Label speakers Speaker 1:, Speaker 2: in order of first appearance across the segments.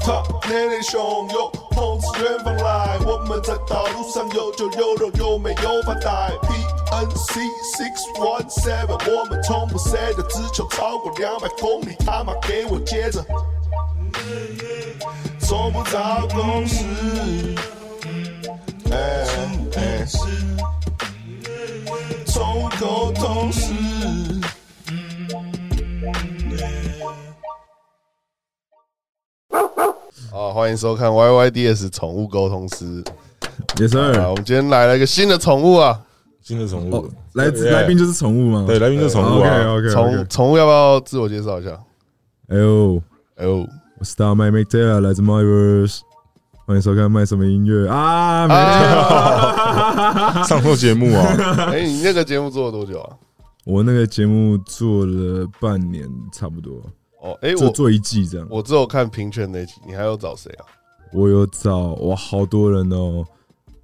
Speaker 1: 他年龄汹涌，碰自远方来。我们在道路上有酒有肉，又没有发呆。PNC six one seven，我们从不 s 的，只求超过两百公里。他妈给我接着，从不找公司。哎哎，从无沟通时。好，哦欢迎收看 YYDS 宠物沟通师。
Speaker 2: Yes
Speaker 1: 啊，我
Speaker 2: sir，
Speaker 1: 们今天来了一个新的宠物啊，
Speaker 3: 新的宠
Speaker 2: 哦
Speaker 3: 物，，
Speaker 2: 来自
Speaker 3: 对
Speaker 2: 来宾就是宠物吗？
Speaker 3: 对，来宾是宠物啊，
Speaker 2: OK OK，
Speaker 1: 宠宠物要不要自我介绍一下？
Speaker 2: 哎呦，
Speaker 1: 哎呦，
Speaker 2: 我是大麦 Make Day，来自 Myverse，欢迎收看麦什么音乐啊，没错，
Speaker 3: 上错节目 啊，
Speaker 1: 哎，你那个节目做了多久啊？
Speaker 2: 我那个节目做了半年差不多，
Speaker 1: 哦，哎，
Speaker 2: 就
Speaker 1: 我
Speaker 2: 做一季这样。
Speaker 1: 我只有看平权那集，你还要找谁啊？
Speaker 2: 我有找哇，好多人哦，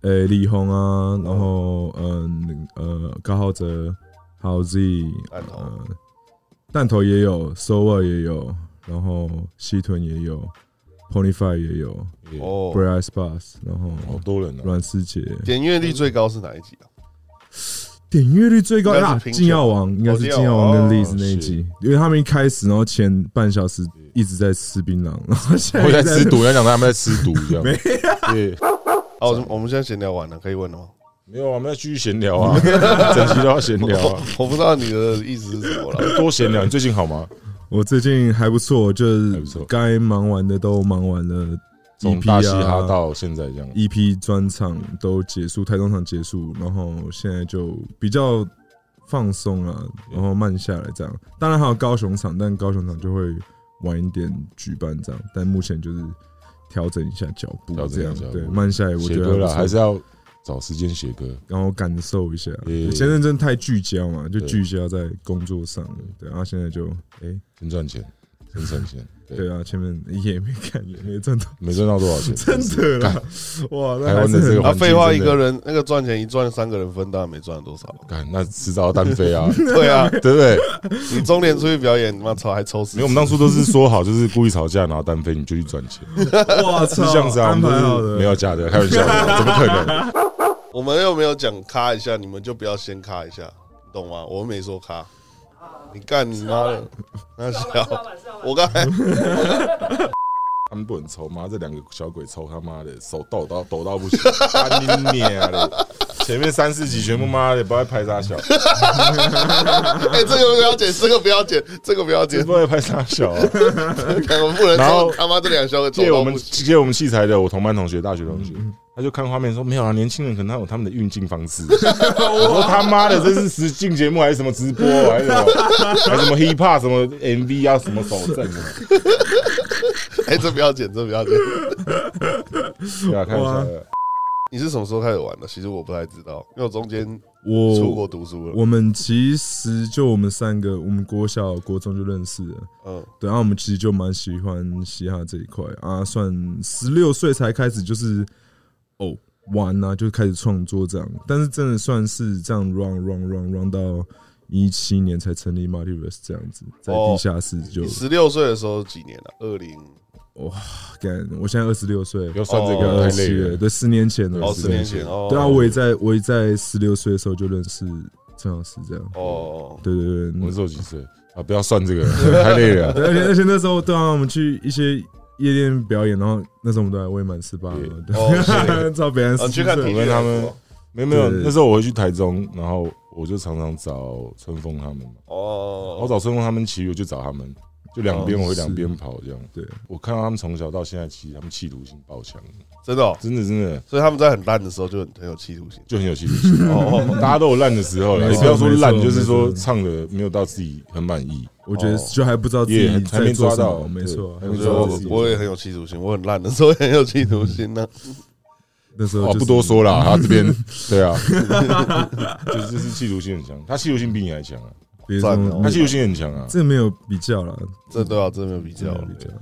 Speaker 2: 呃、李红啊，然后嗯呃高浩哲，还有 Z，
Speaker 1: 蛋头
Speaker 2: 呃，弹头也有，Sova 也有，然后西屯也有，Ponyfy 也有
Speaker 1: 哦
Speaker 2: b，r a s p a s 然后
Speaker 3: 好多人啊，
Speaker 2: 阮思杰，
Speaker 1: 点阅率最高是哪一集啊？
Speaker 2: 点阅率最高
Speaker 1: 应该是
Speaker 2: 啊，
Speaker 1: 平
Speaker 2: 禁药王应该是
Speaker 1: 哦
Speaker 2: 禁药王跟
Speaker 1: 禁药王
Speaker 2: Liz 那一集，
Speaker 3: 哦
Speaker 2: 因为他们一开始，然后前半小时一直在吃槟榔，然后现
Speaker 3: 我
Speaker 2: 在
Speaker 3: 在吃毒，人家讲他们在吃毒这样，对，
Speaker 1: 哦，
Speaker 3: 啊
Speaker 1: 我们我们现在闲聊完了，可以问了吗？
Speaker 3: 没有啊，我们要继续闲 聊啊，整期都要闲聊啊，
Speaker 1: 我我不知道你的意思是什么 了。
Speaker 3: 多闲聊。你最近好吗？
Speaker 2: 我最近还不错，就
Speaker 3: 还
Speaker 2: 是
Speaker 3: 不错
Speaker 2: 该忙完的都忙完了
Speaker 3: 从
Speaker 2: ，EP
Speaker 3: 大嘻哈
Speaker 2: 啊
Speaker 3: 到现在这样，
Speaker 2: ，EP 专场都结束，台中场结束，然后现在就比较放松啊，然后慢下来这样。当然还有高雄场，但高雄场就会晚一点举办这样，但目前就是调整一下脚步
Speaker 3: 调整
Speaker 2: 这
Speaker 3: 一下
Speaker 2: 样
Speaker 3: 脚，步
Speaker 2: 对，慢下来我
Speaker 3: 写
Speaker 2: 觉
Speaker 3: 歌
Speaker 2: 得
Speaker 3: 啦，还是
Speaker 2: 要
Speaker 3: 要找时间写歌。
Speaker 2: 然后感受一下。
Speaker 3: 对
Speaker 2: 前阵真的太聚焦嘛，就
Speaker 3: 对
Speaker 2: 聚焦在工作上，对，然后现在就哎、
Speaker 3: 先赚钱，先赚钱，对，
Speaker 2: 对啊，前面也没看，也没赚到。
Speaker 3: 没赚到多少钱，
Speaker 2: 真的 啦，哇，那
Speaker 3: 台
Speaker 2: 还
Speaker 3: 湾
Speaker 2: 是
Speaker 3: 的这
Speaker 2: 很
Speaker 1: 啊，
Speaker 3: 个环境
Speaker 1: 废话，一
Speaker 3: 真的
Speaker 1: 个人那个赚钱一赚三个人分，当然没赚多少。
Speaker 3: 干那迟早要单飞啊， 对
Speaker 1: 对啊，
Speaker 3: 不对？
Speaker 1: 你中年出去表演，你妈操还抽死
Speaker 3: 没有，我们当初都是说好，就是故意吵架，然后单飞，你就去赚钱， 是
Speaker 2: 哇操，
Speaker 3: 这样子啊？
Speaker 2: 哦
Speaker 3: 我
Speaker 2: 安
Speaker 3: 们
Speaker 2: 排好
Speaker 3: 都
Speaker 2: 的，
Speaker 3: 是没有假的，开玩笑的，怎么可能？
Speaker 1: 我们又没有讲咔一下，你们就不要先咔一下，你懂吗？我们没说咔，你干你妈的，那小，我刚才
Speaker 3: 他们不能抽，妈这两个小鬼抽他妈的手抖到抖到不行，干你娘 的！前面三四集全部妈的不爱拍傻小，
Speaker 1: 哎、这个不要剪，这个不要剪，这个不要剪
Speaker 3: 不，爱拍傻 小啊！
Speaker 1: 我们不能
Speaker 3: 然后
Speaker 1: 说他妈这两小丑
Speaker 3: 借
Speaker 1: 到
Speaker 3: 我
Speaker 1: 不
Speaker 3: 们
Speaker 1: 行
Speaker 3: 借我们器材的我同班同学大学同学，他就看画面说没有啊，年轻人可能他有他们的运镜方 式。我说他妈的，这是实境节目还是什么直播啊还是什 么还是什么 hip hop 什么 MV 啊什么手震啊？
Speaker 1: 哎、这不要剪，这不要剪。
Speaker 3: 对啊，看一下
Speaker 2: 哇。
Speaker 1: 你是什么时候开始玩的？其实我不太知道，因为我中间出国
Speaker 2: 我
Speaker 1: 读书了。
Speaker 2: 我们其实就我们三个，我们国小、国中就认识了，
Speaker 1: 嗯，
Speaker 2: 对，啊然后我们其实就蛮喜欢嘻哈这一块啊，算十六岁才开始就是哦玩啊，就开始创作这样，但是真的算是这样 run run run run 到一七年才成立 Multiverse 这样子，在
Speaker 1: 哦
Speaker 2: 地下室就
Speaker 1: 你十六岁的时候几年
Speaker 4: 啊
Speaker 1: 了、二零
Speaker 2: 干，我现在二十六岁，
Speaker 3: 要算这
Speaker 1: 哦
Speaker 3: 个
Speaker 2: 二
Speaker 3: 太累
Speaker 2: 七了，
Speaker 3: 了，
Speaker 2: 对，十年前了，
Speaker 1: 哦，
Speaker 3: 是
Speaker 1: 十
Speaker 2: 对
Speaker 1: 年前哦。
Speaker 2: 对啊，我也在我也在十六岁的时候就认识陈老师，这样。
Speaker 1: 哦，
Speaker 2: 对对
Speaker 3: 我那
Speaker 2: 对
Speaker 3: 时候几岁啊？不要算这个， 太累了。
Speaker 2: 对，而且而且那时候对啊，我们去一些夜店表演，然后那时候我们都还未满十八嘛，
Speaker 1: 哦
Speaker 2: 对，照别人
Speaker 1: 啊，去看体
Speaker 3: 我
Speaker 1: 育
Speaker 3: 跟
Speaker 1: 的
Speaker 3: 他
Speaker 1: 时
Speaker 3: 们
Speaker 1: 候
Speaker 3: 没有没有，
Speaker 2: 对
Speaker 3: 那时候我回去台中，然后我就常常找春风他们嘛，我
Speaker 1: 哦，
Speaker 3: 找春风他们骑，我就找他们，就两边
Speaker 2: 哦
Speaker 3: 我会两边
Speaker 2: 是
Speaker 3: 跑这样。
Speaker 2: 对，
Speaker 3: 我看到他们从小到现在，其实他们企图心爆强，
Speaker 1: 真的、哦，
Speaker 3: 真的真的
Speaker 1: 所以他们在很烂的时候就很很有企图心。
Speaker 3: 就很有企图心。
Speaker 1: 哦，
Speaker 3: 大家都有烂的时候了，
Speaker 2: 没
Speaker 3: 也
Speaker 2: 错
Speaker 3: 不要说烂，
Speaker 2: 没错
Speaker 3: 就是说
Speaker 2: 没错
Speaker 3: 唱的没有到自己很满意。
Speaker 2: 我觉得
Speaker 1: 哦
Speaker 2: 就还不知道自
Speaker 3: 也
Speaker 2: 己
Speaker 3: 还
Speaker 2: 在
Speaker 3: 没
Speaker 2: 做
Speaker 3: 抓
Speaker 2: 什
Speaker 3: 到
Speaker 2: 么，没
Speaker 3: 对
Speaker 2: 错，还
Speaker 3: 还
Speaker 2: 不
Speaker 3: 没
Speaker 2: 知
Speaker 1: 所
Speaker 3: 抓
Speaker 1: 以
Speaker 3: 到
Speaker 2: 道
Speaker 1: 我
Speaker 2: 自己。
Speaker 1: 我也很有企图心，我很烂的时候也很有企图心
Speaker 4: 啊
Speaker 1: 呢、
Speaker 2: 那时候
Speaker 3: 哦，
Speaker 2: 就是
Speaker 3: 不多，说了，他这边对啊， 就是就是企图心很强，他企图心比你还强啊，
Speaker 2: 别说
Speaker 1: 赞哦
Speaker 3: 他企图心很强啊。
Speaker 2: 这没有比较了，
Speaker 1: 这都要真的比较
Speaker 2: 没
Speaker 1: 了
Speaker 2: 有比较，啊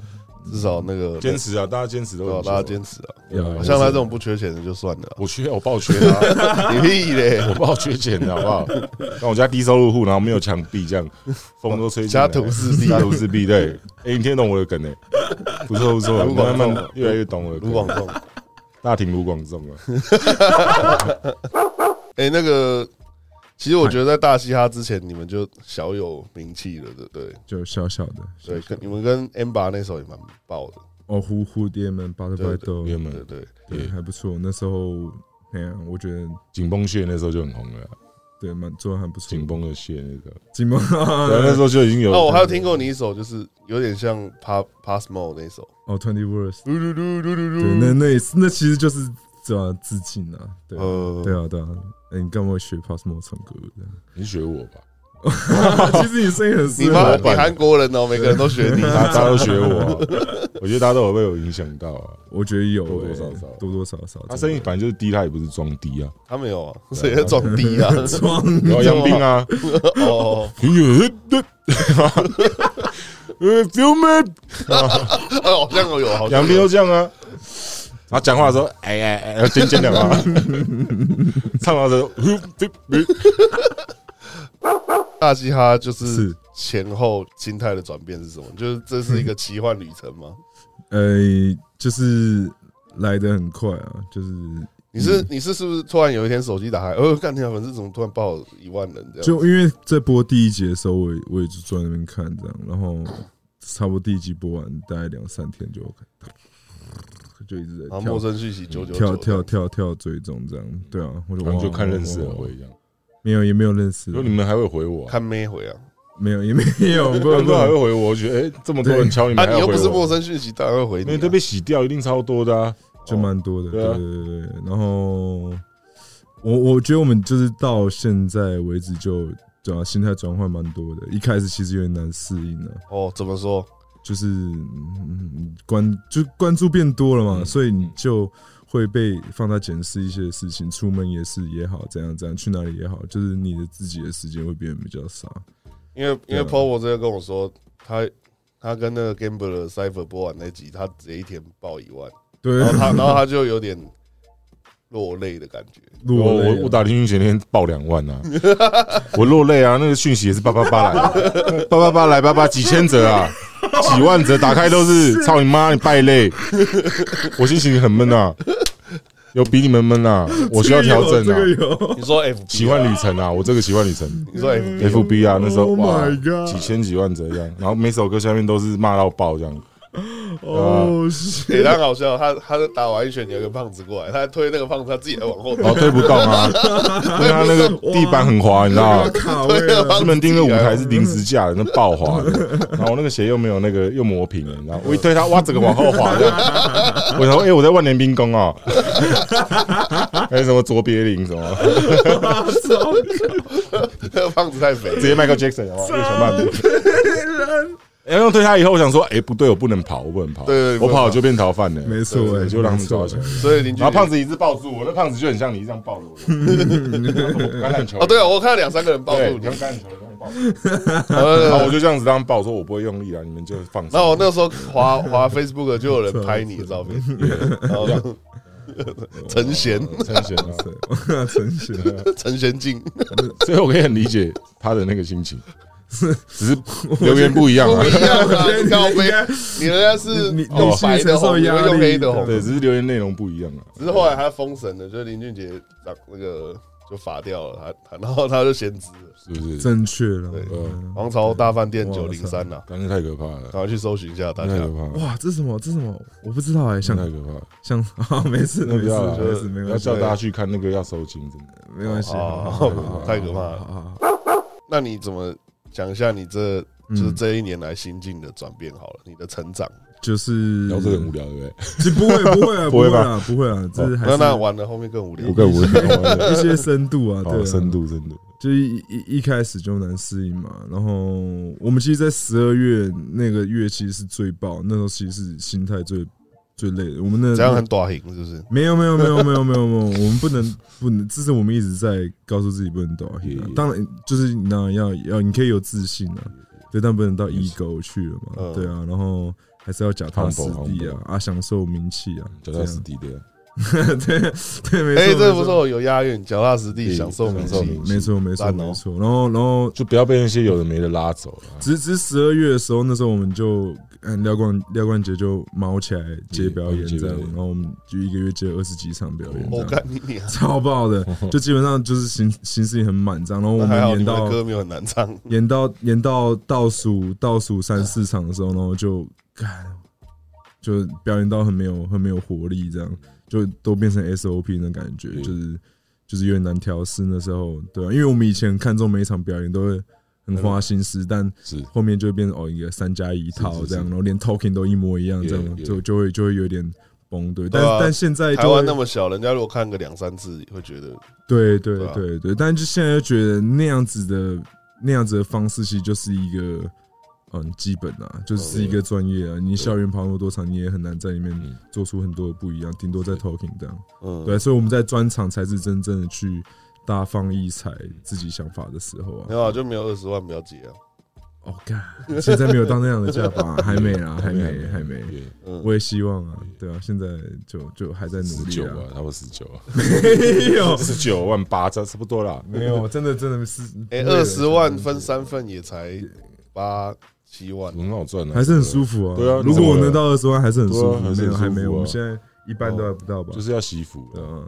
Speaker 4: 至少那个
Speaker 3: 坚持啊，大家坚持都
Speaker 4: 对
Speaker 3: 很
Speaker 4: 吧？
Speaker 3: 久
Speaker 4: 大家坚持啊，
Speaker 2: 要
Speaker 3: 对啊
Speaker 4: 像他这种不缺钱的就算了啊，
Speaker 3: 我缺， 我爆缺的啊，
Speaker 4: 你屁嘞！
Speaker 3: 我爆缺钱的好不 好？那我家低收入户，然后没有墙壁，这样风都吹进来
Speaker 4: 家徒四壁
Speaker 3: 家徒四壁，对。哎，你听得懂我的 梗呢？不错不错，
Speaker 4: 卢
Speaker 3: 你
Speaker 4: 广
Speaker 3: 慢
Speaker 4: 仲
Speaker 3: 慢越来越懂我的
Speaker 4: 卢
Speaker 3: 梗
Speaker 4: 广仲，
Speaker 3: 大庭卢广 仲啊，
Speaker 4: 哎、那个，其实我觉得在大嘻哈之前，你们就小有名气了，对不对？
Speaker 2: 就小小的，小
Speaker 4: 对，
Speaker 2: 小
Speaker 4: 跟
Speaker 2: 的
Speaker 4: 你们跟 Amber 那首也蛮爆的，
Speaker 2: 哦，蝴蝴蝶们
Speaker 4: 对
Speaker 2: butterfly
Speaker 4: 对
Speaker 2: dog，
Speaker 3: 朋友们
Speaker 4: 对，对。
Speaker 2: 对，还不错。那时候，哎呀，我觉得
Speaker 3: 紧绷蟹那时候就很红了啊，
Speaker 2: 对，蛮做的还不错。
Speaker 3: 紧绷的蟹那个，
Speaker 2: 金毛，
Speaker 3: 对，那时候就已经有
Speaker 4: 嗯哦，我还有听过你一首，就是有点像 Pa Pass Mo 那首，
Speaker 2: 哦，Twenty Words，
Speaker 4: 噜噜噜噜噜
Speaker 2: 对，那那也是那其实就是对啊，致敬啊，对啊，
Speaker 4: 呃
Speaker 2: 对啊，对啊。哎，你干嘛学 Pasmo 唱歌这样？
Speaker 3: 你学我吧，
Speaker 2: 其实你声音很
Speaker 4: 你
Speaker 2: 适
Speaker 4: 妈，
Speaker 2: 合
Speaker 4: 你韩国人哦，每个人都学你，
Speaker 3: 大家都学我 啊，我觉得大家都有被我影响到啊。
Speaker 2: 我觉得有
Speaker 3: 多多
Speaker 2: 欸
Speaker 3: 少少
Speaker 2: 多多少少。
Speaker 3: 他声音反正就是低，他也不是装低 啊，
Speaker 4: 他没有啊，谁在装逼啊？
Speaker 2: 装
Speaker 3: 然后杨斌 啊，
Speaker 4: 哦，
Speaker 3: 呃，filmman，
Speaker 4: 哦好像有，好像
Speaker 3: 杨斌
Speaker 4: 有
Speaker 3: 都这样啊。然后讲话的时候，哎哎哎，要尖尖两 啊，唱完的时候，
Speaker 4: 大嘻哈就是
Speaker 2: 是
Speaker 4: 前后心态的转变是什么？就是这是一个奇幻旅程吗？
Speaker 2: 呃，就是来的很快啊，就是嗯
Speaker 4: 你是你是是不是突然有一天手机打开，哦，干你俩粉丝怎么突然爆一万人这样？
Speaker 2: 就因为在播第一集的时候，我也我也就坐在那边看这样，然后差不多第一集播完，大概两三天就就一直在
Speaker 4: 然后
Speaker 2: 跳
Speaker 4: 陌生讯息九九
Speaker 2: 跳
Speaker 4: 九
Speaker 2: 跳，跳跳追踪这样，对啊，我就
Speaker 3: 然后
Speaker 2: 哇
Speaker 3: 就看认识了
Speaker 2: 哇哇
Speaker 3: 会
Speaker 2: 哇
Speaker 3: 这样。
Speaker 2: 没有也没有认识
Speaker 3: 如
Speaker 2: 的
Speaker 3: 果，你们还会回我啊，
Speaker 4: 看妹回啊！
Speaker 2: 没有也没有，不
Speaker 3: 他们
Speaker 2: 不
Speaker 3: 都还会回我，我觉得哎，这么多人敲你
Speaker 4: 啊
Speaker 3: 们，，还要
Speaker 4: 你又
Speaker 3: 回
Speaker 4: 不是陌
Speaker 3: 我，
Speaker 4: 生讯息，当然会回
Speaker 3: 因为
Speaker 4: 你
Speaker 3: 都
Speaker 4: 啊。
Speaker 3: 被洗掉，一定超多的啊。
Speaker 2: 就蛮多的，
Speaker 3: 对
Speaker 2: 对
Speaker 3: 啊
Speaker 2: 对对对对。然后我我觉得我们就是到现在为止就对啊，心态转换蛮多的。一开始其实有点难适应啊，
Speaker 4: 哦，怎么说？
Speaker 2: 就是嗯关就关注变多了嘛，
Speaker 3: 嗯
Speaker 2: 所以你就会被放大检视一些事情，出门也是也好，怎样怎样，去哪里也好，就是你的自己的时间会变得比较少。
Speaker 4: 因为因为
Speaker 2: 对啊
Speaker 4: Popo 之前跟我说，他他跟那个 Gambler Cipher 播完那集，他直接一天爆一万，
Speaker 2: 对
Speaker 4: 然，
Speaker 3: 哦
Speaker 4: 后他然后他就有点落泪的感觉。
Speaker 2: 落
Speaker 3: 我
Speaker 2: 泪
Speaker 3: 我
Speaker 2: 啊
Speaker 3: 我打林俊杰那天爆两万啊， 我落泪啊，那个讯息也是八八 八来啊的，八八八来八八几千折啊，几万折，打开都是操你妈，你败类，我心情很闷啊，有比你们闷啊，我需要调整
Speaker 2: 这个
Speaker 3: 啊，
Speaker 2: 有这个哦有
Speaker 4: 你说 F
Speaker 3: 奇幻旅程啊，我这个奇幻旅程
Speaker 4: 你说 F
Speaker 3: FB 啊，那时候
Speaker 2: Oh
Speaker 3: 哇
Speaker 2: my，God
Speaker 3: 几千几万折这样，然后每首歌下面都是骂到爆这样，啊
Speaker 2: 哦，
Speaker 4: 也、
Speaker 2: 是
Speaker 4: 他很好笑，他他打完一拳，有一个胖子过来，他推那个胖子，他自己还往后
Speaker 3: 然后，
Speaker 4: 倒
Speaker 3: 推不动啊， 因为他那个地板很滑，你知道吗？
Speaker 2: 卡位了。
Speaker 3: 西门町的舞
Speaker 4: 哦
Speaker 3: 台是临时架的，那爆滑的， 然后我那个鞋又没有那个又磨平了，然后我一推它，哇，整个往后 滑的。我想说，哎、我在万年冰宫哦， 还有什么卓别林什么，
Speaker 4: 那个胖子太肥，
Speaker 3: 直接 Michael Jackson 好不好？越想慢点。然后推他以后，我想说，哎、不对，我不能跑，我不能跑，
Speaker 4: 对对对
Speaker 3: 我跑了就变逃犯了，
Speaker 2: 没错
Speaker 3: 对
Speaker 2: 哎
Speaker 3: 就让他们
Speaker 2: 没错
Speaker 3: 抓起来。
Speaker 4: 所以邻居
Speaker 3: 然后胖子一直抱住我，那胖子就很像你这样抱着 我，橄榄球
Speaker 4: 嗯哦，对啊，我看到两三个人抱
Speaker 3: 对，
Speaker 4: 住
Speaker 3: 你
Speaker 4: 你
Speaker 3: 像，橄榄球一样抱着我。然后
Speaker 4: 呃
Speaker 3: 我就这样子这样抱，说我不会用力啊，你们就放手。
Speaker 4: 然后我那个时候滑滑 Facebook 就有人拍你的照片，然后 就陈贤
Speaker 3: 陈贤啊，
Speaker 2: 对，陈雪，
Speaker 4: 陈贤进，
Speaker 3: 所以我可以很理解他的那个心 情，只是留言不一样
Speaker 4: 不
Speaker 3: 啊
Speaker 4: 一。样啊，你靠
Speaker 2: 你
Speaker 4: 背
Speaker 2: 应该，
Speaker 4: 你人家是
Speaker 2: 你你
Speaker 4: 哦
Speaker 2: 心
Speaker 4: 白
Speaker 2: 里
Speaker 4: 的
Speaker 2: 承
Speaker 4: 红，
Speaker 2: 受
Speaker 4: 你
Speaker 2: 压
Speaker 4: 会
Speaker 2: 力
Speaker 4: 用黑的红，
Speaker 3: 对，只是留言内容不一样啊。
Speaker 4: 只是后来他封神了，就是林俊杰长那个就罚掉了他，他然后他就闲置了，
Speaker 3: 是不是？
Speaker 2: 正确了。
Speaker 4: 对
Speaker 2: 嗯
Speaker 4: 王朝大饭店
Speaker 2: 哇
Speaker 4: 九零三呐，
Speaker 3: 真的太可怕了，
Speaker 4: 赶快去搜寻一下大
Speaker 3: 太
Speaker 4: 家。
Speaker 3: 可怕了，
Speaker 2: 哇，这是什么？这是什么？我不知道哎，
Speaker 3: 真
Speaker 2: 像
Speaker 3: 的太可怕了。
Speaker 2: 像啊，没事
Speaker 3: 嗯那
Speaker 2: 没
Speaker 3: 不
Speaker 2: 事
Speaker 3: 要了，
Speaker 2: 没事，没
Speaker 3: 要
Speaker 2: 关系
Speaker 3: 叫大家去看那个要收金，真的。
Speaker 2: 没关系，好好
Speaker 4: 哦，太可怕
Speaker 2: 好
Speaker 4: 了。
Speaker 2: 好好
Speaker 4: 那你怎么讲一下你这
Speaker 2: 嗯
Speaker 4: 就是这一年来心境的转变好了，你的成长？
Speaker 2: 就是
Speaker 3: 聊哦这个很无聊，对不对？
Speaker 2: 其实不会 不会啊
Speaker 3: 不会吧哦
Speaker 2: 啊不会啊，这是还
Speaker 4: 那
Speaker 2: 是
Speaker 4: 那完了后面更无聊
Speaker 3: 不。够无 聊
Speaker 2: 一，些深度啊，对
Speaker 3: 好
Speaker 2: 啊，
Speaker 3: 呃哦深度深度。
Speaker 2: 就是一一一开始就难适应嘛，然后我们其实，在十二月那个月其实是最爆，那时候其实是心态最最累的。我们那
Speaker 4: 这样很短行是不是？
Speaker 2: 没有没有没有没有没有没有，我们不能不能，这是我们一直在告诉自己不能到
Speaker 3: Yeah, yeah.
Speaker 2: 当然，就是那要要你可以有自信啊，对，但不能到 ego 去了嘛。
Speaker 4: 嗯
Speaker 2: 对啊，然后还是要脚踏实
Speaker 3: Humble，
Speaker 2: 地啊，啊，享受名气啊，
Speaker 3: 脚踏实地的，
Speaker 2: 这样。对对，没错，
Speaker 4: 哎，这个
Speaker 2: 没错，
Speaker 4: 不错，有押韵，脚踏实地，
Speaker 3: 对
Speaker 4: 享受名
Speaker 3: 享受
Speaker 4: 气
Speaker 3: 名。
Speaker 2: 没错，没错，
Speaker 4: 赞哦
Speaker 2: 没错。然后，然后
Speaker 3: 就不要被那些有的没的拉走了。
Speaker 2: 直至十二月的时候，那时候我们就嗯廖冠廖冠杰就毛起来接表演这
Speaker 3: 对
Speaker 2: 样，然后我们就一个月接了二十几场表演，这
Speaker 4: 我
Speaker 2: 样
Speaker 4: 干你娘！
Speaker 2: 超爆的，就基本上就是行行事也很满这样。然后我
Speaker 4: 那
Speaker 2: 们
Speaker 4: 还好，
Speaker 2: 演
Speaker 4: 你们
Speaker 2: 到
Speaker 4: 的歌没有很难唱。
Speaker 2: 演到演到倒数倒数三四场的时候，然后就干，就表演到很没有很没有活力，这样就都变成 SOP 那种感觉，
Speaker 3: 嗯
Speaker 2: 就是就是有点难调试。那时候对、啊，因为我们以前看中每一场表演都会很花心思，但
Speaker 3: 是
Speaker 2: 后面就会变成哦一个三加一
Speaker 3: 是
Speaker 2: 套
Speaker 3: 是
Speaker 2: 这样，
Speaker 3: 是
Speaker 2: 然后连 talking 都一模一样，这样
Speaker 3: Yeah，yeah
Speaker 2: 就就会就会有点崩对。
Speaker 4: 对
Speaker 2: 但
Speaker 4: 啊
Speaker 2: 但现在
Speaker 4: 台
Speaker 2: 就会
Speaker 4: 湾那么小，人家如果看个两三次，会觉得
Speaker 2: 对对
Speaker 4: 对啊
Speaker 2: 对对，但就现在就觉得那样子的那样子的方式，其实就是一个嗯基本啊，就是一个专业啊。你校园跑那么多场，你也很难在里面
Speaker 3: 嗯
Speaker 2: 做出很多的不一样，顶多在 talking 这样。
Speaker 4: 嗯，
Speaker 2: 对，所以我们在专场才是真正的去大放异彩自己想法的时候
Speaker 4: 没
Speaker 2: 啊。
Speaker 4: 有啊就没有二十万不要结啊。
Speaker 2: 哦，干，现在没有到那样的价 吧？还没啦，还没，还没。
Speaker 3: 对
Speaker 4: 嗯，
Speaker 2: 我也希望啊，对啊，现在就就还在努
Speaker 3: 十
Speaker 2: 力
Speaker 3: 九
Speaker 2: 啊
Speaker 3: 啊，，差不多十九啊，
Speaker 2: 没 有
Speaker 3: 十九万八，这差不多啦。
Speaker 2: 没有，真的真的是
Speaker 4: 哎，二十万分三份也才八七万，
Speaker 3: 很好赚啊，
Speaker 2: 还是很舒服啊。
Speaker 3: 对啊
Speaker 2: 如果我
Speaker 3: 你怎么了
Speaker 2: 能到二十万，还是很舒
Speaker 3: 对啊还
Speaker 2: 服。
Speaker 3: 是
Speaker 2: 没有，
Speaker 3: 很舒服啊哦
Speaker 2: 还没有，我们现在一般都还不到吧？
Speaker 3: 就是要惜福，啊
Speaker 2: 嗯，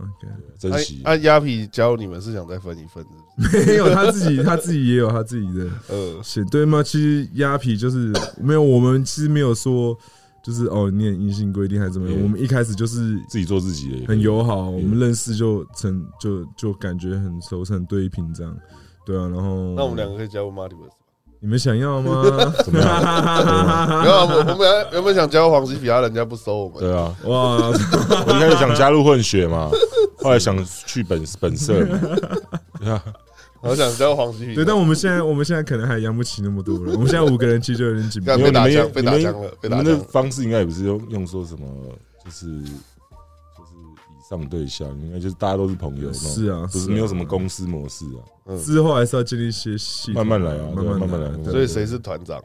Speaker 3: 珍惜啊
Speaker 4: 那。那哎啊鸭皮加入你们是想再分一份是不是，
Speaker 2: OK 没有，他自己他自己也有他自己的
Speaker 4: 呃，
Speaker 2: 写对吗？其实鸭皮就是没有，我们其实没有说就是哦念硬性规定还是怎么样。
Speaker 3: 嗯
Speaker 2: 我们一开始就是
Speaker 3: 自己做自己的也可以
Speaker 2: 很友好，我们认识就成就就感觉很熟，是很对频这样。对啊，然后
Speaker 4: 那我们两个可以加入 Multiverse。
Speaker 2: 你们想要 吗？
Speaker 3: 怎么样？
Speaker 4: 没有啊，我我们原本想加入黄西比亚，人家不收我们。
Speaker 3: 对啊，
Speaker 2: 哇，
Speaker 3: 我一开始想加入混血 嘛，后来想去本本色嘛，对啊，
Speaker 4: 我想加入黄西比亚，
Speaker 2: 对，但我们现在我们现在可能还养不起那么多人，我们现在五个人其实就有点紧
Speaker 4: 干
Speaker 2: 绷
Speaker 3: 因。为你
Speaker 4: 被打
Speaker 3: 们也
Speaker 4: 枪，被打枪了，
Speaker 3: 你
Speaker 4: 被打
Speaker 3: 们
Speaker 4: 枪
Speaker 3: 的
Speaker 4: 了。
Speaker 3: 方式应该也不是用用说什么，就是就是以上对下，应该就是大家都是朋友，那种
Speaker 2: 是啊，
Speaker 3: 不是
Speaker 2: 啊
Speaker 3: 没有什么公司模式啊，
Speaker 2: 之后还是要建立一些系统，
Speaker 3: 慢慢来啊对啊
Speaker 2: 慢
Speaker 3: 慢慢来
Speaker 2: 对
Speaker 3: 对
Speaker 4: 所以谁是团长？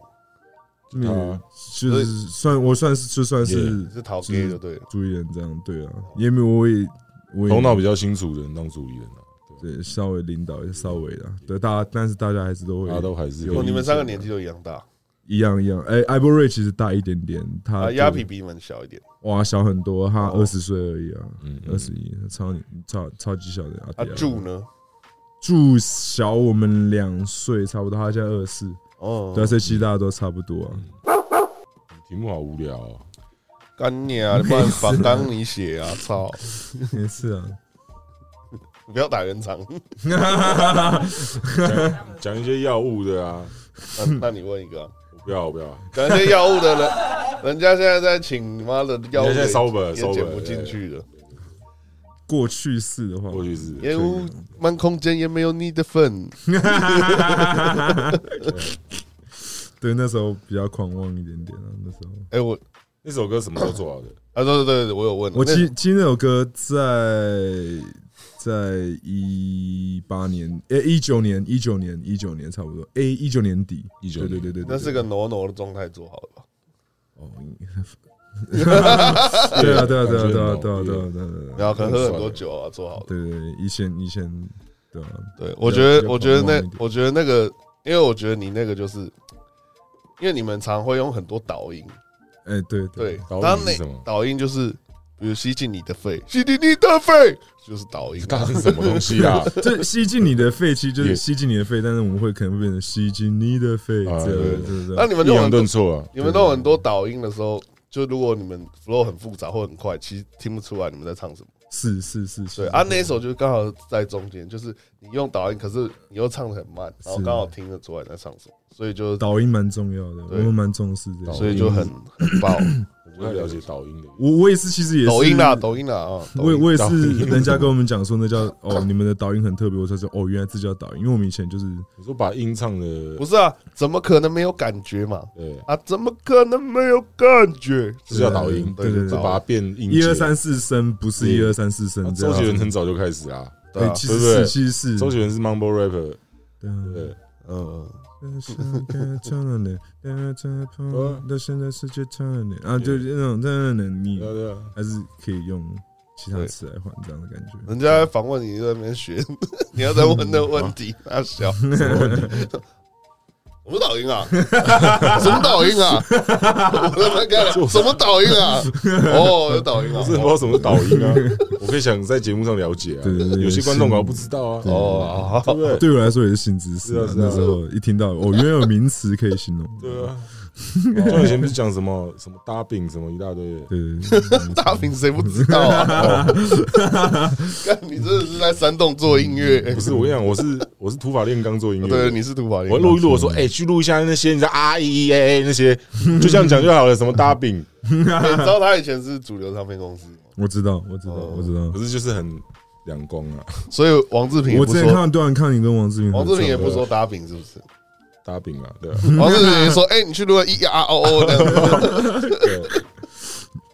Speaker 2: 就没有
Speaker 3: 啊
Speaker 2: 就是算我算是就算是
Speaker 4: 是陶 gay 就对了。
Speaker 2: 主理人这样，对啊，也没有我也我也
Speaker 3: 头脑比较清楚的人当主理人啊，
Speaker 2: 对稍微领导一下稍微啦，对大家，但是大家还是都
Speaker 3: 大家
Speaker 2: 会
Speaker 3: 都还是
Speaker 2: 有
Speaker 4: 哦，你们三个
Speaker 2: 意见
Speaker 4: 年纪都一样大，
Speaker 2: 一样一样。哎，艾伯瑞其实大一点点，他
Speaker 4: 啊，
Speaker 2: 就
Speaker 4: 鸭皮比你们小一点。
Speaker 2: 哇小很多，他
Speaker 4: 哦
Speaker 2: 二十岁而已啊，
Speaker 3: 嗯
Speaker 2: 二十一超超超级小的阿
Speaker 4: 啊
Speaker 2: 迪，亚
Speaker 4: 住呢？
Speaker 2: 住小我们两岁差不多，他现在二十四，
Speaker 4: 哦
Speaker 2: 对啊，所以其实大家都差不多啊。
Speaker 3: 题目好无聊哦，
Speaker 4: 干你啊！你不然反刚你写啊！操，
Speaker 3: 嗯
Speaker 2: 没事啊，
Speaker 4: 你不要打圆场。
Speaker 3: 讲一些药物的啊，
Speaker 4: 那那你问一个啊，
Speaker 3: 我不要我不要，
Speaker 4: 讲一些药物的人， 人家现在在请妈的药物
Speaker 3: 人家现在收本
Speaker 4: 也
Speaker 3: 收本
Speaker 4: 也剪不进去了，
Speaker 2: 过去式的话，
Speaker 3: 过去是
Speaker 4: 也无满空间也没有你的份。
Speaker 2: 对，那时候比较狂妄一点点啊。那时候，
Speaker 4: 哎，我
Speaker 3: 那首歌什么时候做好的？
Speaker 4: 啊，对对对对，我有问了，
Speaker 2: 我
Speaker 4: 那
Speaker 2: 其实其实那首歌在在一八年，诶一九年，一九年，一九年差不多，诶一九年底，
Speaker 3: 19
Speaker 2: 对对对对，
Speaker 4: 那是
Speaker 2: 对
Speaker 4: 个挪挪的状态做好了吧？
Speaker 2: 哦， 对啊对啊对啊对啊对啊对啊对啊对啊对啊
Speaker 4: 然后可能喝很多酒啊，做好了。
Speaker 2: 对对对，以前以前对啊，
Speaker 4: 对，我觉得，
Speaker 2: 比较
Speaker 4: 我觉得
Speaker 2: 狂妄一
Speaker 4: 那，
Speaker 2: 点
Speaker 4: 我觉得那个，因为我觉得你那个就是，因为你们常会用很多导音，
Speaker 2: 哎对
Speaker 4: 对，
Speaker 3: 导
Speaker 4: 当
Speaker 3: 引是
Speaker 4: 那
Speaker 3: 什么
Speaker 4: 导音就是，比如吸进你的肺，吸进你的肺，就是 导音。
Speaker 3: 干什么东西 啊？
Speaker 2: 这吸进你的肺，其实就是
Speaker 3: 也
Speaker 2: 吸进你的肺，但是我们会可能会变成吸进你的肺，这
Speaker 3: 啊
Speaker 2: 样
Speaker 3: 对
Speaker 2: 对
Speaker 3: 对
Speaker 2: 对对。
Speaker 4: 那你们
Speaker 3: 抑
Speaker 4: 弄
Speaker 3: 扬
Speaker 4: 很多
Speaker 3: 顿，挫啊，
Speaker 4: 你们弄很多导音的时候，就如果你们 flow 很复杂或很快，其实听不出来你们在唱什么。
Speaker 2: 是是是，是
Speaker 4: 对啊，那一首就刚好在中间，就是你用导音，可是你又唱的很慢，然后
Speaker 2: 是
Speaker 4: 刚好听得出来你在唱什么，所以就
Speaker 2: 导音蛮重要的，我
Speaker 4: 对
Speaker 2: 们蛮重视这个。
Speaker 3: 导音
Speaker 4: 所以就很很爆。
Speaker 3: 我不太了解导音的。
Speaker 2: 我我也是，其实也是
Speaker 4: 抖音啦，抖音啦啊！抖
Speaker 2: 我也
Speaker 4: 音
Speaker 2: 我也
Speaker 3: 导
Speaker 2: 是，
Speaker 3: 音
Speaker 2: 人家跟我们讲说那叫哦，你们的导音很特别，我才说哦，原来这叫导音，因为我们以前就是
Speaker 3: 你说把音唱的
Speaker 4: 不，是啊，怎么可能没有感觉嘛？
Speaker 3: 对，
Speaker 4: 啊，怎么可能没有感觉？
Speaker 3: 这叫导音，
Speaker 2: 对对对
Speaker 3: 是
Speaker 4: 导
Speaker 3: 把它变音
Speaker 2: 啊一
Speaker 3: 阶
Speaker 2: 二三四声，不是一
Speaker 3: 对
Speaker 2: 二三四声
Speaker 3: 啊
Speaker 2: 这
Speaker 3: 周杰伦
Speaker 2: 样。
Speaker 3: 很早就开始啦，
Speaker 4: 对啊
Speaker 2: 哎，其
Speaker 3: 对
Speaker 2: 实
Speaker 3: 不对
Speaker 2: 是其实是
Speaker 3: 周杰伦是 mumble rapper，
Speaker 2: 对啊
Speaker 3: 对，
Speaker 4: 嗯，
Speaker 2: 到现在世界唱的啊，就是那种唱的，你
Speaker 3: 对啊对啊，
Speaker 2: 还是可以用其他词来换这样的感觉。
Speaker 4: 人家在访问你在那边学， 你要在问那问题，他笑。什么导音啊？ 什么导音啊？我他妈干了什么导音啊？哦，有导音啊
Speaker 3: 我！真的不知道什么是导音啊，我可以想在节目上了解啊
Speaker 2: 对对，对
Speaker 3: 有些观众搞不知道啊，
Speaker 2: 对
Speaker 4: 哦，
Speaker 3: 对不对？
Speaker 2: 对我来说也是新知识、
Speaker 3: 是啊是啊
Speaker 2: 那时候一听到哦，原来有名词可以形容。
Speaker 3: 对啊，就以前不是讲什么什么搭饼什么一大堆的，
Speaker 2: 对对对，
Speaker 4: 大饼谁不知道啊？干，你真的是在山洞做音乐？
Speaker 3: 不是我跟你讲，我是我是土法炼钢做音乐
Speaker 4: 对，
Speaker 3: 的，
Speaker 4: 你是土法炼
Speaker 3: 我
Speaker 4: 钢。
Speaker 3: 录一录，我说哎，去录一下那些你知道 R E A 那些，就这样讲就好了，什么搭饼，
Speaker 4: 哎你知道他以前是主流唱片公司吗，
Speaker 2: 我知道，我知道，我知道
Speaker 3: 可。是就是很两光啊，
Speaker 4: 所以王志平也
Speaker 2: 我
Speaker 4: 不
Speaker 2: 之前看
Speaker 4: 说，
Speaker 2: 到段康宁跟王志明合
Speaker 4: 王
Speaker 2: 作，
Speaker 4: 志平也不说打饼是不是？
Speaker 3: 搭饼啊，对啊，
Speaker 4: 王志平也说，哎，你去录个 E R O O 的，
Speaker 3: 对啊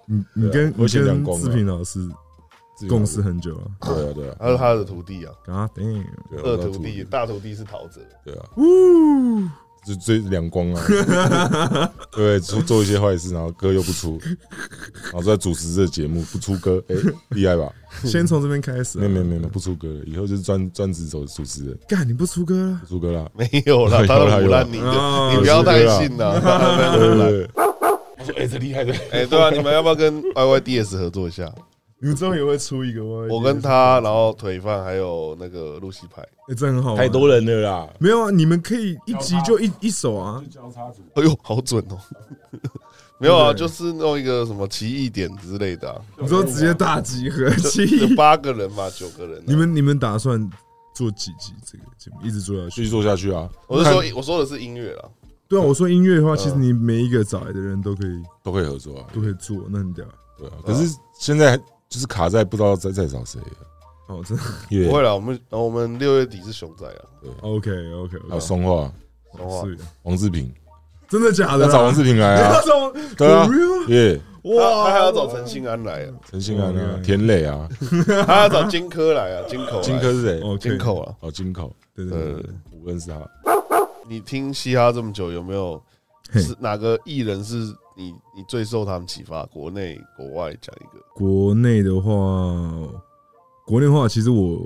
Speaker 2: 你你
Speaker 3: 对
Speaker 2: 跟
Speaker 3: 啊我
Speaker 2: 你
Speaker 3: 以前
Speaker 2: 跟
Speaker 3: 讲过啊
Speaker 2: 志平老师
Speaker 3: 自己搞
Speaker 2: 共
Speaker 3: 的
Speaker 2: 事很久了。
Speaker 3: 对啊对啊，
Speaker 4: 他是他的徒弟啊，
Speaker 2: God damn！
Speaker 3: 对啊
Speaker 4: 二
Speaker 3: 我当
Speaker 4: 徒弟，大徒弟是陶喆。
Speaker 3: 对啊，就最两光啊， 对，做做一些坏事，然后歌又不出，然后再主持这节目不出歌，哎、厉害吧？
Speaker 2: 先从这边开始啊。
Speaker 3: 没有没有没有，不出歌了，以后就是专专职走主持人，
Speaker 2: 干你不出歌了
Speaker 3: 不？出歌啦。
Speaker 4: 没有啦，他
Speaker 3: 有啦
Speaker 4: 都胡乱你
Speaker 2: 有啦
Speaker 4: 的，你不要太信啦。他在胡乱
Speaker 3: 对，他说哎、这厉害的，
Speaker 4: 哎， 对啊，你们要不要跟 Y Y D S 合作一下？
Speaker 2: 你们之后也会出一个吗？
Speaker 4: 我跟他，然后腿饭还有那个露西派。
Speaker 2: 欸这很好玩，
Speaker 3: 太多人了啦，
Speaker 2: 没有啊？你们可以一集就一一首啊，
Speaker 3: 交叉组，
Speaker 4: 哎呦，好准哦！没有啊，
Speaker 2: 对
Speaker 4: 就是弄一个什么奇异点之类 的啊，
Speaker 2: 你说直接大集合
Speaker 4: 有
Speaker 2: 期。
Speaker 4: 八个人嘛，九个人啊。
Speaker 2: 你们你们打算做几集这个节目？一直做下
Speaker 3: 继
Speaker 2: 去？
Speaker 3: 续做下去啊，
Speaker 4: 我是说，我说的是音乐啦。
Speaker 2: 对啊，我说音乐的话，
Speaker 4: 嗯
Speaker 2: 其实你每一个找来的人都可以
Speaker 3: 都可以合作啊，
Speaker 2: 都可以做，那很屌。
Speaker 3: 对啊。可是现在就是卡在不知道在在找谁了，啊
Speaker 2: 哦，真 的
Speaker 3: 因
Speaker 4: 不会
Speaker 3: 为
Speaker 4: 啦，我们呃我们六月底是熊仔啊，
Speaker 2: OK OK
Speaker 3: 还有
Speaker 2: OK，
Speaker 3: 哦松化、
Speaker 4: 然后啊
Speaker 3: 王志平，
Speaker 2: 真的假的
Speaker 3: 要
Speaker 2: 啊？
Speaker 3: 找 王志平来啊
Speaker 2: 要， 找
Speaker 3: 对啊
Speaker 2: For real？
Speaker 3: 耶，
Speaker 4: 他
Speaker 2: 哇，
Speaker 4: 他还要找陈信安来啊，
Speaker 3: 陈信安啊
Speaker 2: 嗯，
Speaker 3: 田磊啊，
Speaker 4: 他还要找金科来啊，金口来
Speaker 3: 金科是谁？
Speaker 2: 哦，
Speaker 4: 金口啊，
Speaker 3: 哦，金口，
Speaker 2: 对对对
Speaker 4: 呃
Speaker 2: 对，，
Speaker 3: 我认识他。
Speaker 4: 你听嘻哈这么久，有没有
Speaker 2: 嘿
Speaker 4: 是哪个艺人是你你最受他们启发？国内国外讲一个，
Speaker 2: 国内的话，国内的话，其实我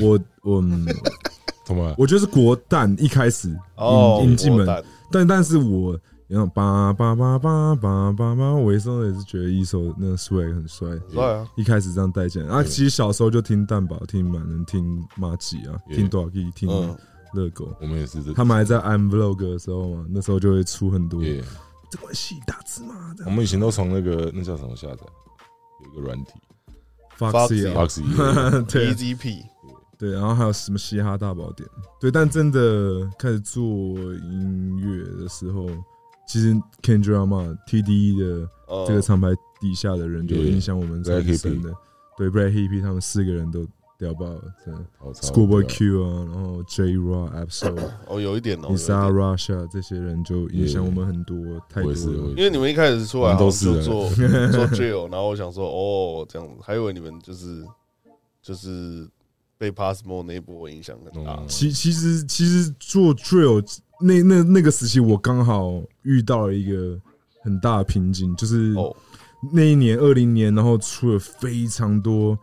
Speaker 2: 我我嗯
Speaker 3: 怎么？
Speaker 2: 我觉得是国蛋一开始
Speaker 4: 哦，
Speaker 2: 引引进门
Speaker 4: 国，蛋
Speaker 2: 但但是我那种叭叭叭叭叭叭叭，我那时候也是觉得一首那个 swag 很帅，
Speaker 4: 帅啊，
Speaker 2: 一开始这样带进来。啊，
Speaker 3: 对
Speaker 2: 其实小时候就听蛋堡、听满人、听马吉啊，
Speaker 3: Yeah
Speaker 2: 听多少 K、听
Speaker 4: 嗯，
Speaker 2: 热狗。
Speaker 3: 我们也是这，
Speaker 2: 他们还在 I'm vlog 的时候嘛，那时候就会出很多
Speaker 3: 耶，
Speaker 2: 这关系大芝麻这
Speaker 3: 我
Speaker 2: 样
Speaker 3: 们以前都从那个那叫什么下载，有一个 软体
Speaker 2: Foxy 啊，
Speaker 3: ，Boxy，耶
Speaker 2: 对
Speaker 4: E Z P
Speaker 2: 对，然后还有什么嘻哈大宝典，对，但真的开始做音乐的时候，其实 Kendrick Lamar TDE 的
Speaker 4: 哦，
Speaker 2: 这个厂牌底下的人就
Speaker 3: 对
Speaker 2: 影响我们是很深的，对 b r a d Hippie 他们四个人都屌爆了，真的
Speaker 3: 好超
Speaker 2: Schoolboy
Speaker 3: 屌
Speaker 2: Q 啊，然后 J Ra、Absol、
Speaker 4: 哦有一点哦，有一
Speaker 2: Isa、
Speaker 4: 点
Speaker 2: Russia 这些人就影响我们很多，太多
Speaker 3: 我也是我
Speaker 2: 了
Speaker 3: 也。
Speaker 4: 因为你们一开始出来好像
Speaker 3: 我
Speaker 4: 就
Speaker 3: 们
Speaker 4: 做
Speaker 3: 都
Speaker 4: 做 drill，然后我想说哦这样子，还以为你们就是就是被 Pass More 那一波影响很大
Speaker 3: 嗯，
Speaker 2: 其其实其实做 drill 那那那个时期，我刚好遇到了一个很大的瓶颈，就是
Speaker 4: 哦
Speaker 2: 那一年二零年，然后出了非常多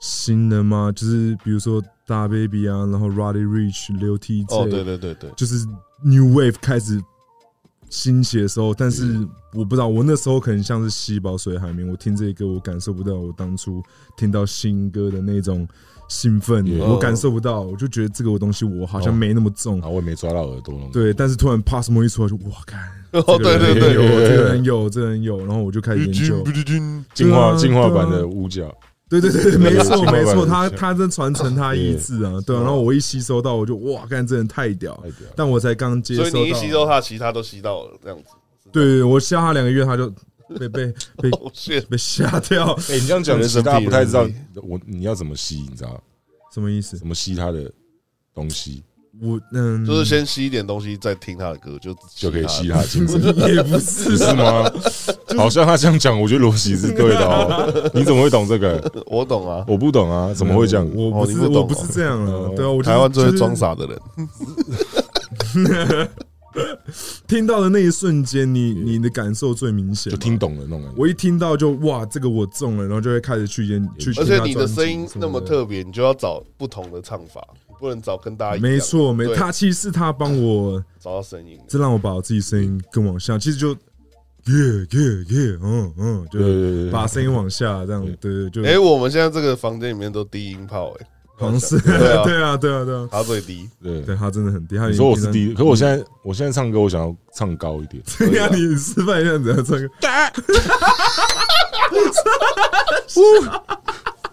Speaker 2: 新人嘛，就是比如说大 baby 啊，然后 Roddy Rich、刘 T 这，
Speaker 4: 哦对对对对，
Speaker 2: 就是 New Wave 开始兴起的时候，但是
Speaker 4: 嗯
Speaker 2: 我不知道，我那时候可能像是吸饱水海绵，我听这些歌，我感受不到我当初听到新歌的那种兴奋
Speaker 4: 嗯
Speaker 3: Yeah
Speaker 2: 我感受不到，我就觉得这个东西我好像
Speaker 3: 哦
Speaker 2: 没那么重。
Speaker 3: 然后我也没抓到耳朵，，
Speaker 2: 对，但是突然 Pass Mo 一出来就，哇，看，
Speaker 4: 嗯哦对对
Speaker 2: 这
Speaker 4: 对
Speaker 2: 个人有，
Speaker 3: 对对
Speaker 2: 这个人有，这个人有，然后我就开始研 究，
Speaker 3: 进
Speaker 2: 对
Speaker 3: 化
Speaker 2: 啊
Speaker 3: 进化
Speaker 2: 对啊
Speaker 3: 版的五角，
Speaker 2: 对对对，没错
Speaker 3: 进化
Speaker 2: 没
Speaker 3: 版
Speaker 2: 错，
Speaker 3: 的
Speaker 2: 他
Speaker 3: 像
Speaker 2: 他在传承他意志啊，
Speaker 4: 哦
Speaker 2: 对啊，然后我一吸收到，我就哇，看这人太屌
Speaker 3: 太，屌了，
Speaker 2: 但我才刚接
Speaker 4: 所
Speaker 2: 收
Speaker 4: 以你一
Speaker 2: 到，
Speaker 4: 吸收他，其他都吸到了这样子。
Speaker 2: 对对，我吓他两个月，他就 被被被
Speaker 4: 哦，谢
Speaker 2: 被吓掉，
Speaker 3: 哎，你这样讲，
Speaker 4: 人
Speaker 3: 其
Speaker 4: 生
Speaker 3: 实大家不太知道
Speaker 4: 必然
Speaker 3: 我你要怎么吸，你知道
Speaker 2: 什么意思？
Speaker 3: 怎么吸他的东西，
Speaker 2: 我嗯，
Speaker 4: 就是先吸一点东西，再听他的歌，就
Speaker 3: 就可以吸
Speaker 4: 他
Speaker 2: 啊
Speaker 3: 他的精 神，
Speaker 2: 也不是
Speaker 3: 是吗？好像他这样讲，我觉得逻辑 是对的哦。你怎么会懂这个？
Speaker 4: 的。我懂啊，
Speaker 3: 我不懂啊，怎么会这样？
Speaker 2: 我
Speaker 4: 哦
Speaker 2: 不
Speaker 4: 你
Speaker 2: 是
Speaker 4: 不懂
Speaker 2: 我不是这样啊
Speaker 3: 哦，
Speaker 2: 对啊，我就是
Speaker 4: 台湾最会装，傻的人，
Speaker 2: 听到的那一瞬间，你
Speaker 4: 嗯
Speaker 2: 你的感受最明显
Speaker 3: 就
Speaker 2: 嘛。
Speaker 3: 听懂了那种感觉。
Speaker 2: 我一听到就哇，这个我中了，然后就会开始去研去。
Speaker 4: 嗯而
Speaker 2: 听
Speaker 4: 且
Speaker 2: 他
Speaker 4: 你的
Speaker 2: 专辑
Speaker 4: 声音
Speaker 2: 什
Speaker 4: 那么
Speaker 2: 的，
Speaker 4: 特别，你就要找不同的唱法，不能找跟大家一样。
Speaker 2: 没错，没
Speaker 4: 对
Speaker 2: 他其实是他帮我，
Speaker 4: 找到声音的。
Speaker 2: 这让我把我自己声音更往下，其实就耶耶耶，嗯嗯，就
Speaker 3: 对对对对
Speaker 2: 把声音往下这样，对对，就
Speaker 4: 哎，我们现在这个房间里面都低音炮，哎，
Speaker 2: 好像是，
Speaker 4: 对啊，
Speaker 2: 对啊，对啊，对啊，
Speaker 4: 他最低，
Speaker 3: 对
Speaker 2: 对嗯他真的很低，他
Speaker 3: 你
Speaker 2: 已
Speaker 3: 说我
Speaker 2: 经
Speaker 3: 是
Speaker 2: 在
Speaker 3: 低，可我现在我现在唱歌，我想要唱高一点。
Speaker 2: 对呀，你示范一下怎样唱歌。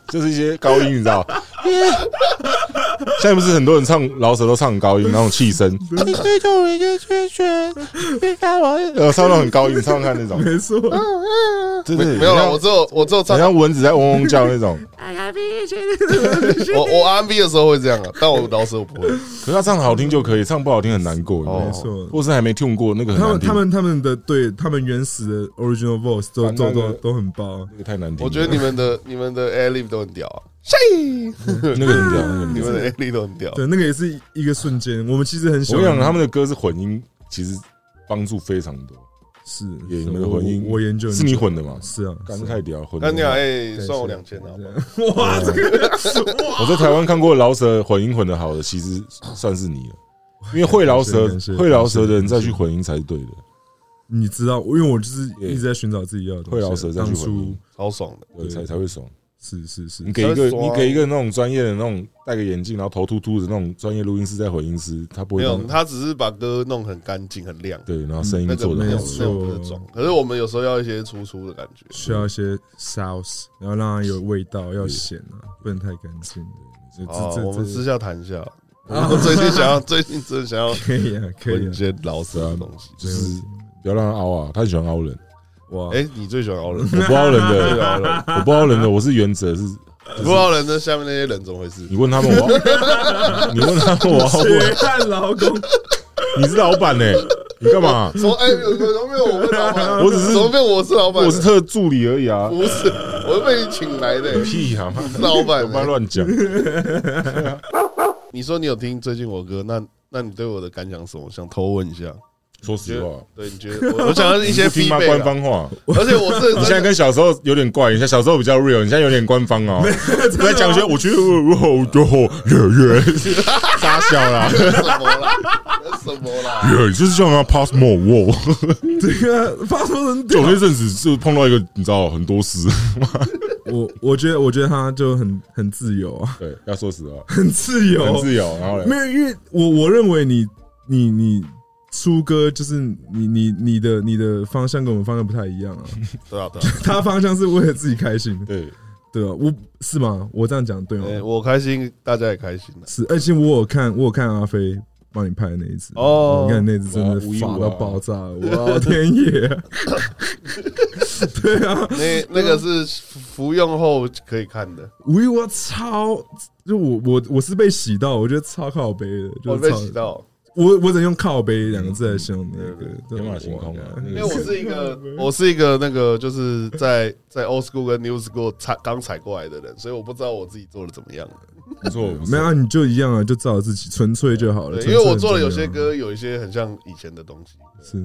Speaker 3: 就是一些高音，你知道？ 现在不是很多人唱老舍都唱高音，那种气声。你追求一个圈圈，别看我。 呃，唱到很高音，你唱唱看那种，
Speaker 2: 没错，
Speaker 3: 对
Speaker 4: 没
Speaker 3: 对，
Speaker 4: 没有
Speaker 3: 很
Speaker 4: 了，
Speaker 3: 像
Speaker 4: 我只有我只有唱
Speaker 3: 很像蚊子在嗡嗡叫那种。
Speaker 4: 我我 R&B 的时候会这样啊，但我饶舌我 不会。
Speaker 3: 可是他唱的好听就可以，唱不好听很难过。
Speaker 4: 哦
Speaker 2: 没
Speaker 3: 哦，
Speaker 2: 错。
Speaker 3: 或是还没听过那个很
Speaker 2: 他
Speaker 3: 难
Speaker 2: 们
Speaker 3: 听，
Speaker 2: 他们他们的对他们原始的 original voice 都
Speaker 3: 反正
Speaker 2: 都
Speaker 3: 那
Speaker 2: 都
Speaker 3: 个
Speaker 2: 都很啊棒，
Speaker 3: 那个太难听了。
Speaker 4: 我觉得你们的你们的 a l i v 都很 屌啊，
Speaker 3: 那个很屌，那个很
Speaker 4: 你
Speaker 3: 屌。
Speaker 4: 们的 a l i v 都很屌。
Speaker 2: 对，那个也是一个瞬间。我们其实很喜
Speaker 3: 我跟
Speaker 2: 欢
Speaker 3: 你讲，他们的歌是混音，其实帮助非常多。
Speaker 2: 是
Speaker 3: 也
Speaker 2: 是
Speaker 3: 你们的
Speaker 2: 我
Speaker 3: 混音
Speaker 2: 我我研究
Speaker 3: 是你混的吗？
Speaker 2: 是啊，
Speaker 3: 干
Speaker 2: 是
Speaker 3: 这
Speaker 2: 啊
Speaker 3: 太屌，混
Speaker 4: 那
Speaker 3: 的。
Speaker 4: 你好，哎，
Speaker 2: 对
Speaker 4: 算我
Speaker 2: 是啊
Speaker 4: 两千啊
Speaker 2: 是，啊 哇，这个
Speaker 3: 我在台湾看过饶舌混音混的好的，其实算是你了，因为会饶舌
Speaker 2: 感谢感谢、
Speaker 3: 会饶舌的人再去混音才是对的。
Speaker 2: 你知道，因为我就是
Speaker 3: 对
Speaker 2: 一直在寻找自己要的东西啊
Speaker 3: 会饶舌再去
Speaker 2: 当
Speaker 3: 混
Speaker 2: 初
Speaker 3: 音，
Speaker 4: 超爽的。
Speaker 3: 对，
Speaker 2: 对
Speaker 3: 才才会爽。
Speaker 2: 是是是
Speaker 3: 你，给一
Speaker 4: 才
Speaker 3: 个
Speaker 4: 会爽啊
Speaker 3: 你给一个那种专业的那种戴个眼镜，然后头秃秃的那种专业录音师在混音师，他不
Speaker 4: 没
Speaker 3: 会
Speaker 4: 有，
Speaker 3: 当
Speaker 4: 他只是把歌弄很干净、很亮，
Speaker 3: 对，然后声
Speaker 4: 那
Speaker 3: 音
Speaker 4: 个
Speaker 3: 做的
Speaker 4: 没有
Speaker 3: 好
Speaker 2: 没。错
Speaker 4: 那种不是装。可是我们有时候要一些粗粗的感觉，
Speaker 2: 需要一些 sauce，然后让它有味道，要咸啊，不能太干净。这
Speaker 4: 啊，
Speaker 3: 哦
Speaker 2: 这
Speaker 4: 我们私
Speaker 2: 这
Speaker 4: 下谈一下。我最近想要，最近真的想要
Speaker 2: 可以啊，可以
Speaker 4: 混一
Speaker 2: 啊，
Speaker 4: 些老舌的东西。
Speaker 3: 就是不要让他凹啊，他很喜欢凹人，
Speaker 2: 哇，
Speaker 4: 哎，你最喜欢熬人？
Speaker 3: 我不凹人
Speaker 4: 最喜欢
Speaker 3: 的，
Speaker 4: 熬人，
Speaker 3: 我不凹人的，我是原则是，
Speaker 4: 不熬人的下面那些人怎么回事？
Speaker 3: 你问他们我凹，你问他们我凹过，
Speaker 2: 血汗劳工，
Speaker 3: 你是老板呢，欸你干嘛？
Speaker 4: 说哎，有有有没有我是老板？
Speaker 3: 我只是
Speaker 4: 怎么变我是老板？
Speaker 3: 我是特助理而已啊，
Speaker 4: 不是，我是被你请来的、
Speaker 3: 屁呀妈！
Speaker 4: 老板
Speaker 3: 不要乱讲。
Speaker 4: 你说你有听最近我歌，那那你对我的感想是什么？想偷问一下。
Speaker 3: 说
Speaker 4: 你觉
Speaker 3: 实话
Speaker 4: 得，对，你觉得我我想要一
Speaker 3: 一
Speaker 4: 些
Speaker 3: 听妈
Speaker 4: feedback 啊
Speaker 3: 官
Speaker 4: 啦
Speaker 3: 方话。
Speaker 4: 而且我是
Speaker 3: 你现在跟小时候有点怪，你现在小时候比较 real，你现在有点官方哦。你 在讲一些我觉得我好多越越傻笑啦，
Speaker 4: 什么啦？什么啦？
Speaker 3: 越就是像啊 pass more wall。
Speaker 2: 这个发生很
Speaker 3: 就我那阵子就碰到一个你知道很多事，
Speaker 2: 我我觉得，我觉得他就很很自由啊，
Speaker 3: 对，要说实话，
Speaker 2: 很自由，
Speaker 3: 很自由。然后嘞
Speaker 2: 哦没有，因为我我认为你你你出歌就是你你你的你的方向跟我们方向不太一样 啊，
Speaker 4: 对啊，对啊。
Speaker 2: 他方向是为了自己开心，
Speaker 3: 对，
Speaker 2: 对吧、我是吗？我这样讲对吗？
Speaker 4: 哎，我开心，大家也开心啊
Speaker 2: 是，而且我有看我有看阿飞。帮你拍的那一次
Speaker 4: 哦
Speaker 2: 嗯你看那一次真的
Speaker 3: 哇无一无
Speaker 2: 发
Speaker 3: 啊
Speaker 2: 到爆炸，我天爷！啊对啊，
Speaker 4: 那那个是服用后可以看的，
Speaker 2: 无一我超就我我我是被洗到，我觉得超靠背的，就
Speaker 4: 我
Speaker 2: 是
Speaker 4: 被
Speaker 2: 超
Speaker 4: 洗到，
Speaker 2: 我我只能用靠背两个字来形容那个对
Speaker 3: 嗯天马行空啊，
Speaker 4: 因
Speaker 3: 那
Speaker 4: 为
Speaker 3: 个
Speaker 4: 我是一个我是一个那个就是在 在 old school 跟 new school 踩刚踩过来的人，所以我不知道我自己做的怎么样。
Speaker 3: 不错，不错
Speaker 2: 没有、啊，你就一样啊，就照着自己纯粹就好了。
Speaker 4: 对，因
Speaker 2: 纯粹
Speaker 4: 为我
Speaker 2: 呃很
Speaker 4: 做了有
Speaker 2: 重
Speaker 4: 些
Speaker 2: 要啊
Speaker 4: 歌有一些很像以前的东西，
Speaker 2: 是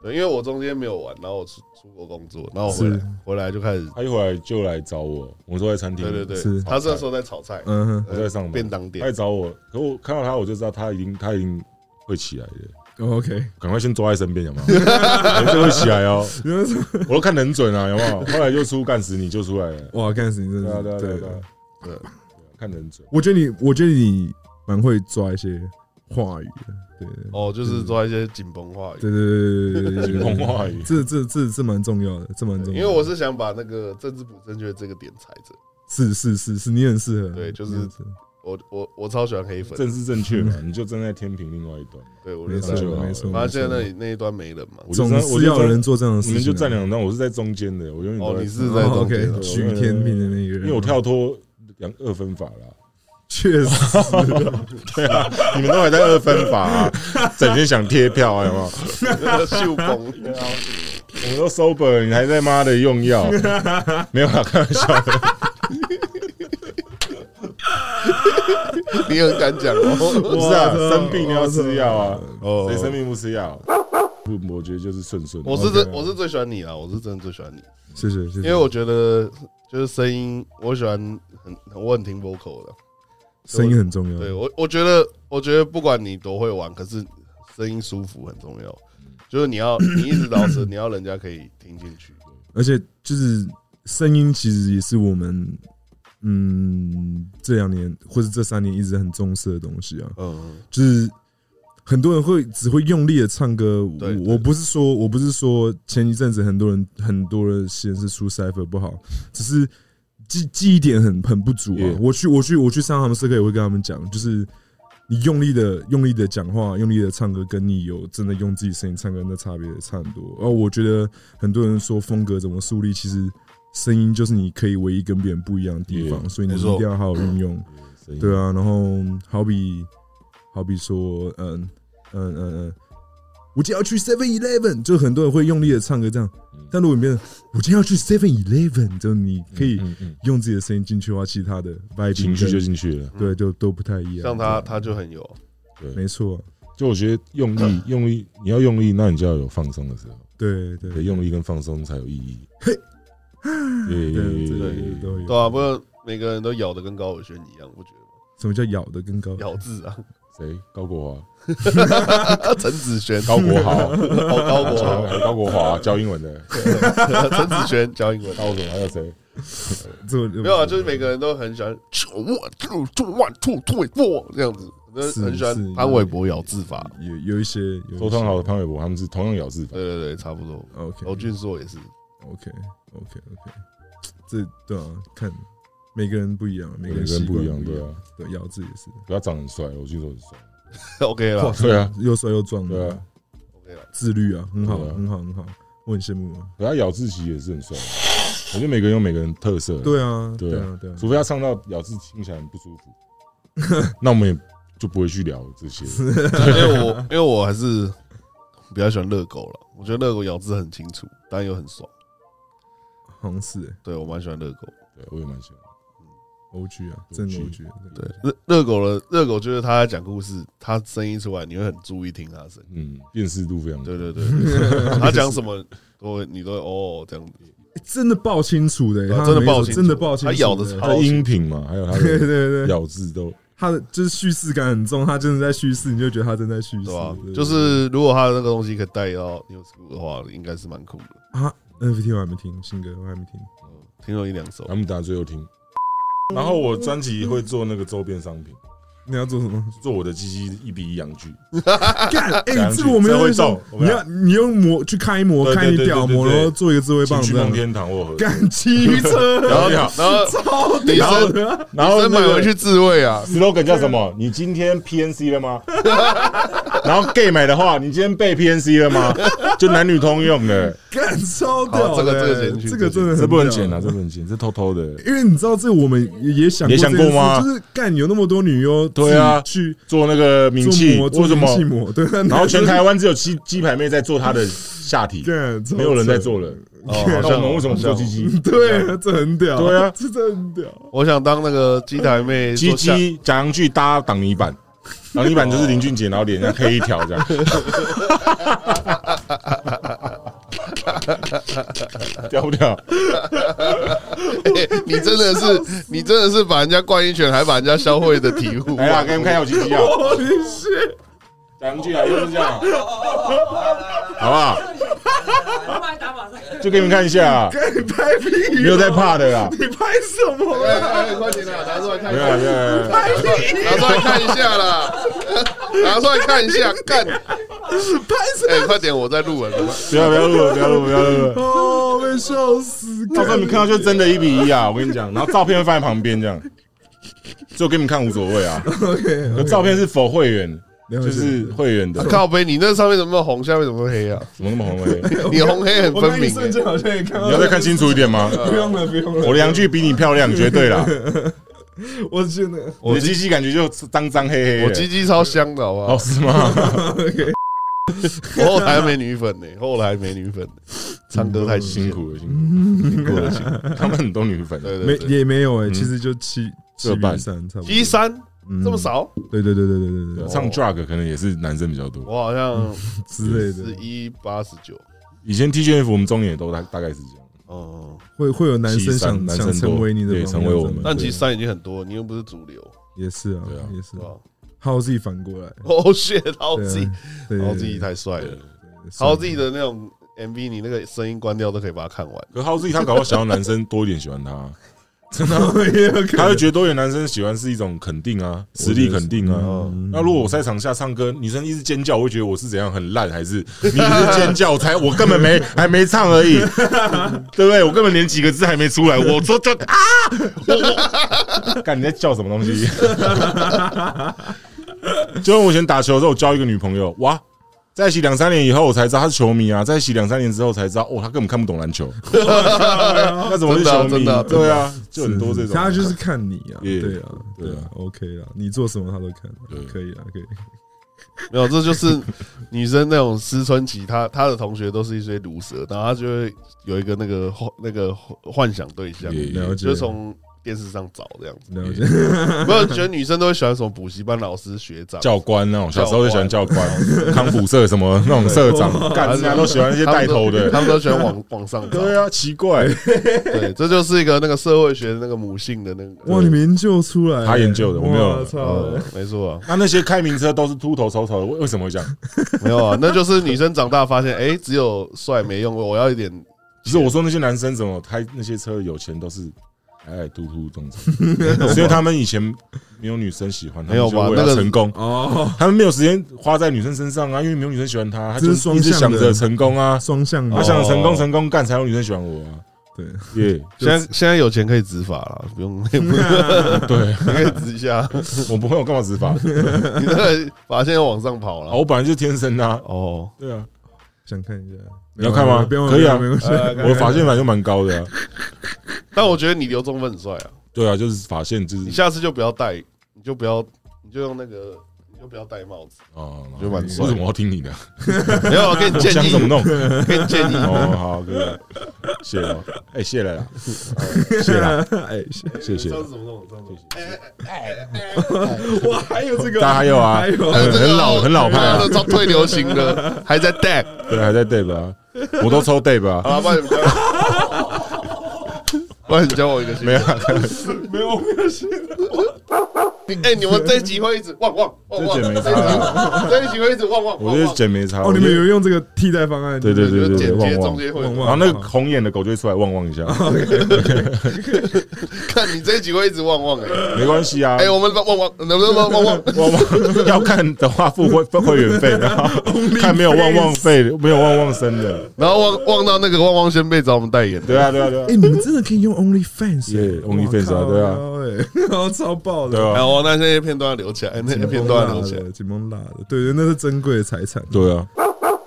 Speaker 4: 对，因为我中间没有玩，然后我出出国工作，然后我回
Speaker 2: 是
Speaker 4: 来回来就开始，
Speaker 3: 他一回来就来找我，我坐在餐厅，
Speaker 4: 对对对
Speaker 2: 是，
Speaker 4: 他这时候在炒菜，呃
Speaker 2: 嗯哼
Speaker 3: 我在上班哎
Speaker 4: 便当
Speaker 3: 他来
Speaker 4: 店，
Speaker 3: 找我，可我看到他我就知道他已经他已经会起来了，
Speaker 2: 哦，OK，
Speaker 3: 赶快先抓在身边，有没有？ 还是会起来哦，
Speaker 2: 因为说
Speaker 3: 我都看得很准啊，有没有？后来就出干死你就出来了，
Speaker 2: 哇，干死你真
Speaker 3: 对啊
Speaker 2: 的
Speaker 3: 对啊
Speaker 2: 是
Speaker 3: 对啊
Speaker 2: 对
Speaker 3: 对啊，，
Speaker 4: 对，
Speaker 3: 看得很准。
Speaker 2: 我觉得你，我觉得你蛮会抓一些话语的，对
Speaker 4: 哦，就是做一些紧绷话语，
Speaker 2: 对对对对对对对
Speaker 3: 金
Speaker 2: 对，
Speaker 3: 话语，
Speaker 2: 这这这这蛮重要的，这蛮重
Speaker 4: 因
Speaker 2: 要的，
Speaker 4: 为我是想把那个政治不正确这个点踩着，
Speaker 2: 是是是是，你很适合，
Speaker 4: 对就是
Speaker 2: 你很适合
Speaker 4: 我我我超喜欢黑粉，
Speaker 3: 正是正确嘛，你就站在天平另外一端，
Speaker 4: 对我
Speaker 2: 没
Speaker 4: 就
Speaker 2: 错
Speaker 4: 是，
Speaker 2: 没错，
Speaker 4: 反正现在那
Speaker 2: 没错
Speaker 4: 里那一端没人嘛，
Speaker 3: 我就
Speaker 2: 总
Speaker 3: 站，我
Speaker 2: 是
Speaker 3: 就
Speaker 2: 要有
Speaker 3: 站
Speaker 2: 人做这样的事
Speaker 3: 你
Speaker 2: 情啊，
Speaker 3: 们就站两端，我是在中间的，我永远都
Speaker 4: 哦，
Speaker 3: 在
Speaker 4: 你是在
Speaker 2: 哦
Speaker 4: 中间，
Speaker 2: ，OK，
Speaker 4: 哦
Speaker 2: 取天平的那个人，
Speaker 3: 因为我跳脱两二分法啦。
Speaker 2: 确实，
Speaker 3: 对啊， 你们都还在二分法、啊，整天想贴票、啊，有没有？
Speaker 4: 秀崩，
Speaker 3: 我们都 sober，了你还在妈的用药？没有啦，开玩笑的。
Speaker 4: 你很敢讲哦。
Speaker 3: 不是啊，
Speaker 2: 我操
Speaker 3: 生病要吃药啊，
Speaker 4: 哦
Speaker 3: 谁生病不吃药？ 不，我觉得就是顺顺。
Speaker 4: 我是真
Speaker 2: OK
Speaker 4: 我是最喜欢你啊，我是真的最喜欢你，
Speaker 2: 谢谢谢谢。
Speaker 4: 因为我觉得就是声音，我喜欢很很我很听 vocal 的。
Speaker 2: 声音很重要，
Speaker 4: 对我，我觉得，我觉得不管你多会玩，可是声音舒服很重要。就是你要你一直饶舌，你要人家可以听进去。
Speaker 2: 而且就是声音其实也是我们嗯这两年或是这三年一直很重视的东西啊，
Speaker 4: 嗯，
Speaker 2: 就是。很多人会只会用力的唱歌，我
Speaker 4: 对对
Speaker 2: 我不是说我不是说前一阵子很多人很多的实验室出 cipher 不好，只是记记忆点很很不足啊
Speaker 3: Yeah。
Speaker 2: 我去我去我去上他们社课也会跟他们讲，就是你用力的用力的讲话，用力的唱歌，跟你有真的用自己声音唱歌那差别差很多。而我觉得很多人说风格怎么树立，其实声音就是你可以唯一跟别人不一样的地方，
Speaker 3: Yeah，
Speaker 2: 所以你
Speaker 4: 没
Speaker 2: 一
Speaker 4: 错
Speaker 2: 定要好好运用。对啊，然后好比好比说，嗯嗯嗯嗯，我今天要去 Seven Eleven，就很多人会用力的唱歌这样
Speaker 3: 嗯。
Speaker 2: 但如果你变成我今天要去 Seven Eleven，就你可以
Speaker 3: 嗯嗯
Speaker 2: 用自己的声音进去的话，其他的 vibe
Speaker 3: 情绪
Speaker 2: 跟
Speaker 3: 就嗯进去了。
Speaker 2: 对，就都不太一样。
Speaker 4: 像他，他就很有。
Speaker 2: 对，没错，
Speaker 3: 就我觉得用力，用力，你要用力，那你就要有放松的时候。
Speaker 2: 对对
Speaker 3: 对，用力跟放松才有意义。
Speaker 2: 对
Speaker 3: 对对
Speaker 2: 对
Speaker 3: 对，
Speaker 2: 都有。
Speaker 4: 对啊，不过每个人都咬的跟高尔宣一样，不觉得吗？
Speaker 2: 什么叫咬的跟高？
Speaker 4: 咬字 啊，
Speaker 3: 谁？高国华，
Speaker 4: 陈子璇，
Speaker 3: 高国豪，哎
Speaker 4: 好高 国豪，
Speaker 3: 高国华教英文的，
Speaker 4: 陈子璇教 英文。
Speaker 3: 高国华还有谁？
Speaker 2: 这么
Speaker 4: 没有啊，就是每个人都很喜欢 one two two one two three four 这样子，就是
Speaker 2: 是
Speaker 4: 很喜欢
Speaker 2: 是
Speaker 4: 潘玮柏咬字法。
Speaker 2: 有有一些
Speaker 3: 周汤豪、潘玮柏他们是同样咬字法。
Speaker 4: 对对对，差不多。
Speaker 2: OK
Speaker 4: 娄俊硕也是，
Speaker 2: OK OK OK，这 对啊，看每个人不一样，每
Speaker 3: 每
Speaker 2: 个
Speaker 3: 个
Speaker 2: 人
Speaker 3: 人
Speaker 2: 习
Speaker 3: 不
Speaker 2: 惯
Speaker 3: 一样，
Speaker 2: 不
Speaker 3: 对
Speaker 2: 样，
Speaker 3: 啊，
Speaker 2: 对，咬字也是。
Speaker 3: 可他长得很帅，我听说很帅，
Speaker 4: OK 啦
Speaker 2: 哇
Speaker 3: 对啊，
Speaker 2: 又帅又壮
Speaker 3: 对
Speaker 2: 的
Speaker 3: 啊，
Speaker 4: ，OK 啦，
Speaker 2: 自律啊，很好，
Speaker 3: 对啊
Speaker 2: 很好，很好，我很羡慕啊。
Speaker 3: 可他咬字其实也是很帅。我觉得每个人有每个人特色，，
Speaker 2: 对啊，
Speaker 3: 对啊
Speaker 2: 对啊，对啊，
Speaker 3: 除非他唱到咬字听起来很不舒服，那我们也就不会去聊这些。
Speaker 4: 因为我因为我还是比较喜欢热狗了，我觉得热狗咬字很清楚，但又很爽。
Speaker 2: 好像是欸
Speaker 4: 对我蛮喜欢热狗。
Speaker 3: 对，我也蛮喜欢。
Speaker 2: OG 啊，真的 OG，
Speaker 4: 对，热热狗的热狗就是他在讲故事，他声音出来你会很注意听他的声音。
Speaker 3: 嗯，辨识度非常高
Speaker 4: 对。对对，对 他讲什么都会你都会哦这样子。
Speaker 2: 欸真的爆清楚的欸，
Speaker 4: 对啊
Speaker 2: 他
Speaker 4: 真的
Speaker 2: 每一首
Speaker 4: 爆清楚
Speaker 2: 真的爆清楚欸，
Speaker 4: 他咬得
Speaker 3: 他
Speaker 4: 超
Speaker 3: 的音频嘛，还有他
Speaker 2: 对
Speaker 3: 的
Speaker 2: 对对，
Speaker 3: 咬字都
Speaker 2: 他的就是叙事感很重，他真的在叙事，你就觉得他正在叙事
Speaker 4: 对吧、，
Speaker 2: 对
Speaker 4: 就是如果他的那个东西可以带到 New School 的话，应该是蛮酷的。
Speaker 2: 啊，NFT 我还没听，新歌我还没听，
Speaker 4: 嗯听了一两首
Speaker 3: 他，们大家最后听。然后我专辑会做那个周边商品，
Speaker 2: 你要做什么？
Speaker 3: 做我的鸡鸡一比一阳具，
Speaker 2: 干，
Speaker 3: 讲
Speaker 2: 哎，
Speaker 3: 一句
Speaker 2: 这个我没有
Speaker 3: 真会
Speaker 2: 那种你
Speaker 3: 动我们
Speaker 2: 要你用膜去开膜，
Speaker 3: 对对
Speaker 2: 开你
Speaker 3: 对对
Speaker 2: 屌
Speaker 3: 对
Speaker 2: 膜，
Speaker 3: 对
Speaker 2: 然后做一个智慧
Speaker 3: 请
Speaker 2: 棒
Speaker 3: 去
Speaker 2: 这
Speaker 3: 梦
Speaker 2: 样。
Speaker 3: 天堂我合 作。
Speaker 2: 干骑车，
Speaker 4: 然后
Speaker 3: 对
Speaker 4: 然
Speaker 3: 啊
Speaker 4: 后
Speaker 2: 超
Speaker 4: 女
Speaker 2: 屌
Speaker 4: 生
Speaker 2: 的，啊
Speaker 3: 然
Speaker 4: 女
Speaker 3: 后
Speaker 4: 生买回去自慰啊，
Speaker 3: slogan 叫什么？你今天 PNC 了吗？ 然后 gay 买的话，你今天被 PNC 了吗？ 就男女通用的，
Speaker 2: 干超屌
Speaker 4: 好这
Speaker 2: 的。
Speaker 4: 个这个剪进去
Speaker 2: 这个真的
Speaker 3: 这
Speaker 2: 很
Speaker 3: 不能
Speaker 2: 屌
Speaker 3: 剪啊，这不能剪，这偷偷的。
Speaker 2: 因为你知道这我们也也想
Speaker 3: 也想
Speaker 2: 这件
Speaker 3: 过吗
Speaker 2: 事就是干有那么多女优，
Speaker 3: 对啊
Speaker 2: 自己
Speaker 3: 做那个名
Speaker 2: 去做
Speaker 3: 气，
Speaker 2: 膜
Speaker 3: 为
Speaker 2: 做
Speaker 3: 什么
Speaker 2: 名？气膜，对，啊然
Speaker 3: 然后全台湾只有鸡鸡排妹在做她的下 体，
Speaker 2: 干，超
Speaker 3: 没有人在做了。
Speaker 4: 哦
Speaker 3: 那我们为什么不做
Speaker 4: 啊好像
Speaker 3: 鸡 鸡？
Speaker 2: 对，这很屌，
Speaker 3: 对啊
Speaker 2: 这真的很屌，
Speaker 4: 我想当那个鸡台 妹
Speaker 3: 鸡
Speaker 4: 做下，
Speaker 3: 鸡假洋具搭挡泥板，挡泥板就是林俊杰，然后脸上黑一条这样。 屌不屌？
Speaker 4: 嘿 你真的是你真的是把人家灌一拳，还把人家销毁的体悟。
Speaker 3: 来啦，哎给你们看一下我鸡鸡啊！
Speaker 2: 我的天，
Speaker 3: 假洋具啊，又是这样，好不好？
Speaker 5: 他们还打马赛克。
Speaker 3: 就给你们看一下啊，
Speaker 2: 干你拍屁，
Speaker 3: 没有在，怕的啦。
Speaker 2: 你拍什么
Speaker 4: 哎，
Speaker 2: 啊？
Speaker 4: 哎快点啦，拿出来看
Speaker 3: 没
Speaker 4: 一
Speaker 3: 有啦啊没，有啦，没有
Speaker 4: 下
Speaker 3: 啦
Speaker 2: 拍屁，
Speaker 4: 拿出来看一下啦， 拿出来看一下，干！
Speaker 2: 拍什么？
Speaker 4: 哎，快点，我在 录了。
Speaker 3: 不要不要录了，不要录了，不要录了。
Speaker 2: 哦，被笑死！
Speaker 3: 到时候你们看到就真的一比一啊！我跟你讲，然后照片会放在旁边这样，就给你们看无所谓 啊。
Speaker 2: OK，
Speaker 3: 可照片是否会员，就是会员的，
Speaker 4: 啊靠背，你那上面怎么那么红，下面怎么黑啊？
Speaker 3: 怎么那么红黑？
Speaker 4: 你红黑很
Speaker 2: 我
Speaker 4: 分
Speaker 2: 刚一
Speaker 4: 明
Speaker 2: 瞬
Speaker 4: 欸。
Speaker 2: 间好像也看到，
Speaker 3: 你要再看清楚一点 吗？
Speaker 2: 不用了，不用了，
Speaker 3: 我的洋具比你漂亮，绝对啦！
Speaker 2: 我觉 得
Speaker 3: 我的鸡鸡感觉就脏脏黑黑的。
Speaker 4: 我鸡鸡超香的，好不好
Speaker 3: 哦？是吗？
Speaker 2: OK，
Speaker 4: 我后台没 女粉呢，后台没女粉呢，唱歌太
Speaker 3: 辛
Speaker 4: 辛苦。
Speaker 3: 苦了，辛苦了，辛苦了，辛苦了他们很多女粉，
Speaker 4: 对
Speaker 2: 嗯没
Speaker 4: 对对，
Speaker 2: 也没有哎，
Speaker 3: 嗯
Speaker 2: 其实就七七
Speaker 3: 各半
Speaker 2: 比三差不多，
Speaker 4: 一三
Speaker 2: 嗯
Speaker 4: 这么？少，
Speaker 2: 对对对对对对对
Speaker 4: 哦
Speaker 3: 唱 drug 可能也是男生比较多。
Speaker 4: 我好
Speaker 2: 嗯
Speaker 4: 像
Speaker 2: 之类
Speaker 4: 是
Speaker 2: 的，
Speaker 4: 一八十九。
Speaker 3: 以前 T G F 我们中年也都大大概是这样，
Speaker 4: 哦，
Speaker 2: 会会有男生想
Speaker 3: 七三男生
Speaker 2: 想
Speaker 3: 多
Speaker 2: 成为你的
Speaker 3: 对
Speaker 2: 榜样，
Speaker 3: 成为我
Speaker 2: 这
Speaker 3: 们
Speaker 2: 样
Speaker 4: 但其实三已经很多，你又不是主流，
Speaker 2: 也是啊
Speaker 3: 对啊，
Speaker 2: 也是
Speaker 4: 是
Speaker 2: 啊，
Speaker 4: 吧？
Speaker 2: 好自己反过来，
Speaker 4: 哦，谢陶
Speaker 2: 对啊
Speaker 4: 自己，
Speaker 2: 对
Speaker 4: 陶自己太帅了，陶自己，的那种 MV，你那个声音关掉都可以把它看完。
Speaker 3: 可是 h o 他搞不好想要男生多一点喜欢他，真的啊，
Speaker 2: 对对也 有可
Speaker 3: 他
Speaker 2: 能
Speaker 3: 会觉得多一点男生喜欢是一种肯定啊，实力肯定啊。
Speaker 2: 嗯
Speaker 3: 那如果我在场下唱歌，女生一直尖叫，我会觉得我是怎样很烂，还是你只是尖叫才我根本没 还没唱 而已，对不对？我根本连几个字还没出来，我说就 啊，我我，干你在叫什么东西？就像我以前打球的时候，我交一个女朋友，哇，在一起两三年以后，我才知道她是球迷啊，在一起两三年之后才知道，哦，她根本看不懂篮 球，那怎么是球
Speaker 4: 真
Speaker 3: 迷
Speaker 4: 的啊真的啊？
Speaker 3: 对啊，就很多这
Speaker 2: 是
Speaker 3: 种，
Speaker 2: 他就是看你啊，
Speaker 3: 也
Speaker 2: 对啊，对
Speaker 3: 对
Speaker 2: 啊
Speaker 3: 啊
Speaker 2: ，OK 啦，你做什么他都看啊
Speaker 3: 对，
Speaker 2: 可以啦，可以，
Speaker 4: 没有，这就是 女生那种思春期，她她的同学都是一些毒蛇，然后她就会有一个那个幻那个幻想对象，
Speaker 3: 也
Speaker 2: 了解
Speaker 4: 就从电视上找这样子。
Speaker 2: 了解，
Speaker 4: 没有，觉得女生都会喜欢什么补习班老师、学长，
Speaker 3: 教官那种，小时候就喜欢教官， 康复社什么那种社 长，干人家都喜欢一些带头的。
Speaker 4: 他们都他们都喜欢往往上找。
Speaker 3: 对啊，奇怪，
Speaker 4: 对，这就是一个那个社会学的那个母性的那个。
Speaker 2: 哇，你们研究出来了，欸
Speaker 3: 他研究的我没有哦
Speaker 2: 哇操
Speaker 4: 呃，没错啊，
Speaker 3: 那那些开名车都是秃头丑丑的，为为什么会这样？
Speaker 4: 没有啊，那就是女生长大发现，哎，只有帅没用，我要一点
Speaker 3: 不是我说那些男生怎么开那些车有钱都是哎矮矮秃秃这种， 是因为他们以前没有女生喜欢，他
Speaker 4: 没有
Speaker 3: 们
Speaker 4: 吧
Speaker 3: 就为了
Speaker 4: 那个
Speaker 3: 成功，
Speaker 2: 哦，
Speaker 3: 他们没有时间花在女生身上啊，因为没有女生喜欢他，他就
Speaker 2: 这是双
Speaker 3: 一直
Speaker 2: 向
Speaker 3: 想
Speaker 2: 的
Speaker 3: 着成功啊，
Speaker 2: 双向的
Speaker 3: 他想着成功
Speaker 4: 哦
Speaker 3: 成功干才有女生喜欢我 啊，
Speaker 2: 对，
Speaker 3: 耶，
Speaker 4: 现在现在有钱可以执法了，不用不 用
Speaker 3: 对
Speaker 4: 可以执一下，
Speaker 3: 我不会我干嘛执 法？
Speaker 4: 你那个法线要往上跑
Speaker 3: 啊
Speaker 4: 了。
Speaker 3: 我本来就天生啊，
Speaker 4: 哦，
Speaker 3: 对啊。
Speaker 2: 想看一下，
Speaker 3: 你要看吗
Speaker 2: 不用，
Speaker 3: 可以啊
Speaker 2: 不用没关系，
Speaker 4: 呃
Speaker 3: 我的发线反就蛮高的、啊，
Speaker 4: 但我觉得你留中分很帅啊，
Speaker 3: 对啊，就是发线就
Speaker 4: 你
Speaker 3: 是
Speaker 4: 下次就不要戴，你就不要，你就用那个，你就不要戴帽子。
Speaker 3: 哦，
Speaker 4: 就蛮帅
Speaker 3: 为什么我要听你的？
Speaker 4: 没有，我给你
Speaker 3: 我
Speaker 4: 建
Speaker 3: 想
Speaker 4: 议
Speaker 3: 怎么，弄？
Speaker 4: 给你建议。
Speaker 3: 哦，好，可以了，谢了，哎，谢了啦，谢了，
Speaker 2: 哎，
Speaker 3: 谢谢。
Speaker 4: 上次怎么弄？上次哎
Speaker 2: 哇，还有这个，
Speaker 3: 大家还有啊，
Speaker 2: 还有
Speaker 3: 很很老很老派啊
Speaker 4: 妈，的超退流行的，还在 戴。
Speaker 3: 对，还在 Dave 啊，我都抽 Dave 啊，
Speaker 4: 好了，帮你们教，帮你教我一个新
Speaker 3: 没有
Speaker 4: 的。
Speaker 3: 啊，
Speaker 2: 没有没有事，
Speaker 4: 哎，你们这一集会一直旺旺旺旺，
Speaker 3: 这
Speaker 4: 这
Speaker 3: 剪
Speaker 4: 一
Speaker 3: 没差
Speaker 4: 集这一集会一直旺旺
Speaker 3: 我
Speaker 4: 旺
Speaker 3: 觉得
Speaker 4: 旺。
Speaker 3: 剪没差，
Speaker 2: 哦，你们有用这个替代方案，
Speaker 3: 对对对
Speaker 4: 就
Speaker 3: 对对，
Speaker 4: 剪接
Speaker 3: 旺
Speaker 4: 中
Speaker 3: 旺。
Speaker 4: 间会
Speaker 2: 旺旺
Speaker 3: 然后那个红眼的狗就会出来旺旺一下，
Speaker 4: 看你这一集会一直旺旺哎。
Speaker 3: 没关系啊。
Speaker 4: 哎、我们旺旺能不能旺 旺？
Speaker 3: 旺旺要看的话付会付会员费，然后看没有旺旺费，没有旺旺生的。
Speaker 4: 然后旺旺到那个旺旺先被找我们代言，
Speaker 3: 对啊，对啊，对啊
Speaker 2: 哎，。你们真的可以用 OnlyFans，欸
Speaker 3: Yeah, OnlyFans 啊对啊
Speaker 2: 啊， 对啊，然后超爆的，
Speaker 3: 对啊
Speaker 4: 然后那些片段要留起来，那些片段啊要留起来。
Speaker 2: 紧绷辣的，对对，那是珍贵的财产。
Speaker 3: 对啊，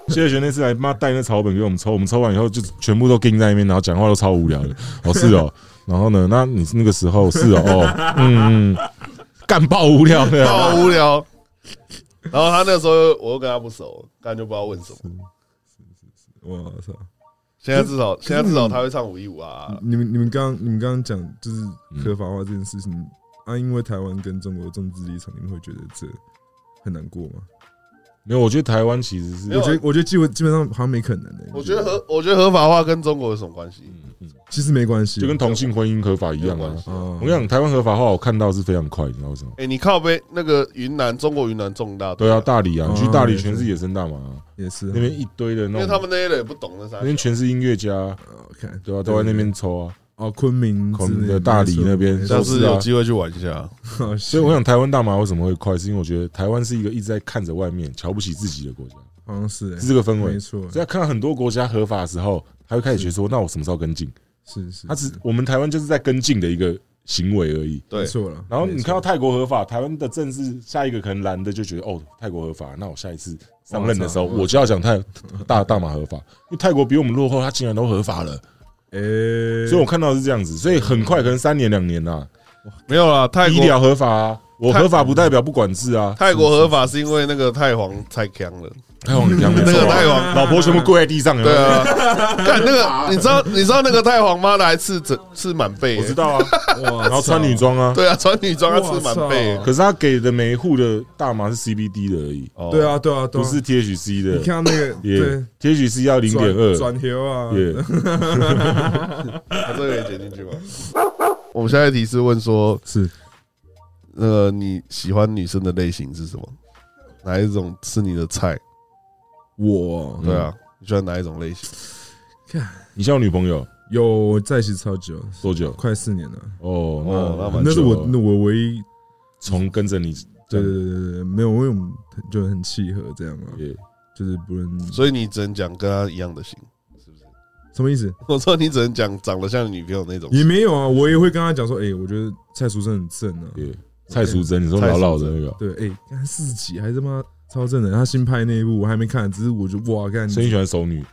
Speaker 3: 谢学那次来妈带那草本给我们抽，我们抽完以后就全部都盯在那边，然后讲话都超无聊的。哦，是哦， 然后呢，那你那个时候是哦，哦嗯，干爆无聊的啊、
Speaker 4: 好无聊。然后他那时候我又跟他不熟，但就不知道问什么。
Speaker 2: 我操！
Speaker 4: 现在至少现在至少他会唱五一五啊，
Speaker 2: 你们你们刚你们刚刚讲就是合法化这件事情
Speaker 4: 嗯
Speaker 2: 啊，因为台湾跟中国的政治立场，你们会觉得这很难过吗？
Speaker 3: 没有，我觉得台湾其实是
Speaker 4: 没有啊
Speaker 2: 我觉得我觉得基本基本上好像没可能欸的。
Speaker 4: 我觉得合我觉得合法化跟中国有什么关系？
Speaker 3: 嗯嗯
Speaker 2: 其实没关系，
Speaker 3: 就跟同性婚姻合法一样
Speaker 4: 没有
Speaker 3: 啊
Speaker 4: 关。系
Speaker 2: 啊
Speaker 3: 我跟你讲，台湾合法化我看到是非常快，你知道为什么？
Speaker 4: 哎、你靠背那个云南，中国云南重大
Speaker 3: 对啊，，大理啊，你去
Speaker 2: 哦
Speaker 3: 大理
Speaker 2: 也是
Speaker 3: 全是野生大麻啊、
Speaker 2: 也是
Speaker 3: 那边一堆的
Speaker 4: 因为
Speaker 3: 那
Speaker 4: 他
Speaker 3: 种，
Speaker 4: 们那些人也不懂那啥
Speaker 3: 那。边全是音乐家啊，
Speaker 2: OK
Speaker 3: 对啊，都在那边抽啊。
Speaker 2: 哦，昆明
Speaker 3: 昆
Speaker 2: 之类
Speaker 3: 的大理那边
Speaker 2: 没
Speaker 4: 下
Speaker 2: 错
Speaker 4: 次有机会去玩一下，
Speaker 2: 没错
Speaker 3: 所以我想，台湾大麻为什么会快，是因为我觉得台湾是一个一直在看着外面、瞧不起自己的国家，
Speaker 2: 好像是
Speaker 3: 是
Speaker 2: 欸
Speaker 3: 这个氛围
Speaker 2: 没。错，
Speaker 3: 所以他看到很多国家合法的时候，他会开始觉得说，那我什么时候跟进？
Speaker 2: 是是，
Speaker 3: 他只
Speaker 2: 是
Speaker 3: 我们台湾就是在跟进的一个行为而已。
Speaker 4: 对
Speaker 2: 没，错了。
Speaker 3: 然后你
Speaker 2: 没错
Speaker 3: 看到泰国合法，台湾的政治下一个可能蓝的就觉得哦，泰国合法，那我下一次上任的时候
Speaker 2: 哇塞
Speaker 3: 我就要讲泰大大马合法，因为泰国比我们落后，它竟然都合法了，
Speaker 2: 诶，
Speaker 3: 所以我看到的是这样子，所以很快可能三年两年呐、
Speaker 4: 没有啦，泰
Speaker 3: 医
Speaker 4: 国
Speaker 3: 疗合法啊，我合法不代表不管制啊，
Speaker 4: 泰国合法是因为那个泰皇太强了，
Speaker 3: 太皇娘
Speaker 4: 那个太皇
Speaker 3: 老婆全部跪在地上，有没
Speaker 4: 对
Speaker 3: 有，
Speaker 4: 啊， 看那个，你知道你知道那个太皇妈的还刺整刺满背、
Speaker 3: 我知。 道啊，
Speaker 2: 哇
Speaker 3: 然后穿女，装啊，
Speaker 4: 对啊，穿女装要刺满背、
Speaker 2: 哇
Speaker 3: 可是他给的每一户的大麻是 CBD 的而已，
Speaker 4: 哦
Speaker 2: 对，啊，对啊，对
Speaker 3: 不
Speaker 2: 啊，
Speaker 3: 是 THC
Speaker 2: 你
Speaker 3: 的，
Speaker 2: 看到那个
Speaker 3: 耶
Speaker 2: 对
Speaker 3: ，THC 要零点二，
Speaker 2: 转流啊，
Speaker 3: 耶，
Speaker 4: 他这个也剪进去吗？我们下一题是问说，
Speaker 2: 是
Speaker 4: 呃，你喜欢女生的类型是什么？哪一种是你的菜？
Speaker 2: 我
Speaker 4: 对啊，你喜欢哪一种类型？
Speaker 3: 你像我女朋友
Speaker 2: 有在一起超久，
Speaker 3: 多久？
Speaker 2: 快四年了，
Speaker 3: 哦，
Speaker 4: 哦那
Speaker 3: 那
Speaker 4: 蛮
Speaker 2: 那是
Speaker 4: 久
Speaker 2: 我
Speaker 4: 了
Speaker 2: 那我唯一
Speaker 3: 从跟着你，
Speaker 2: 对对对对对，没有，因为我们就很契合这样啊，
Speaker 3: 耶，
Speaker 2: 就是不论
Speaker 4: 所以你只能讲跟她一样的型。
Speaker 2: 什么意思
Speaker 4: 我说你只能讲长得像你女朋友那种型。
Speaker 2: 也没有啊，我也会跟他讲说，哎，我觉得蔡淑珍很正啊，
Speaker 3: 耶，蔡淑珍，你说老老的那个，
Speaker 2: 对，哎，看四十几还他妈超正的，他新拍那一部我还没看，只是我就哇，看
Speaker 3: 所以你喜欢熟女，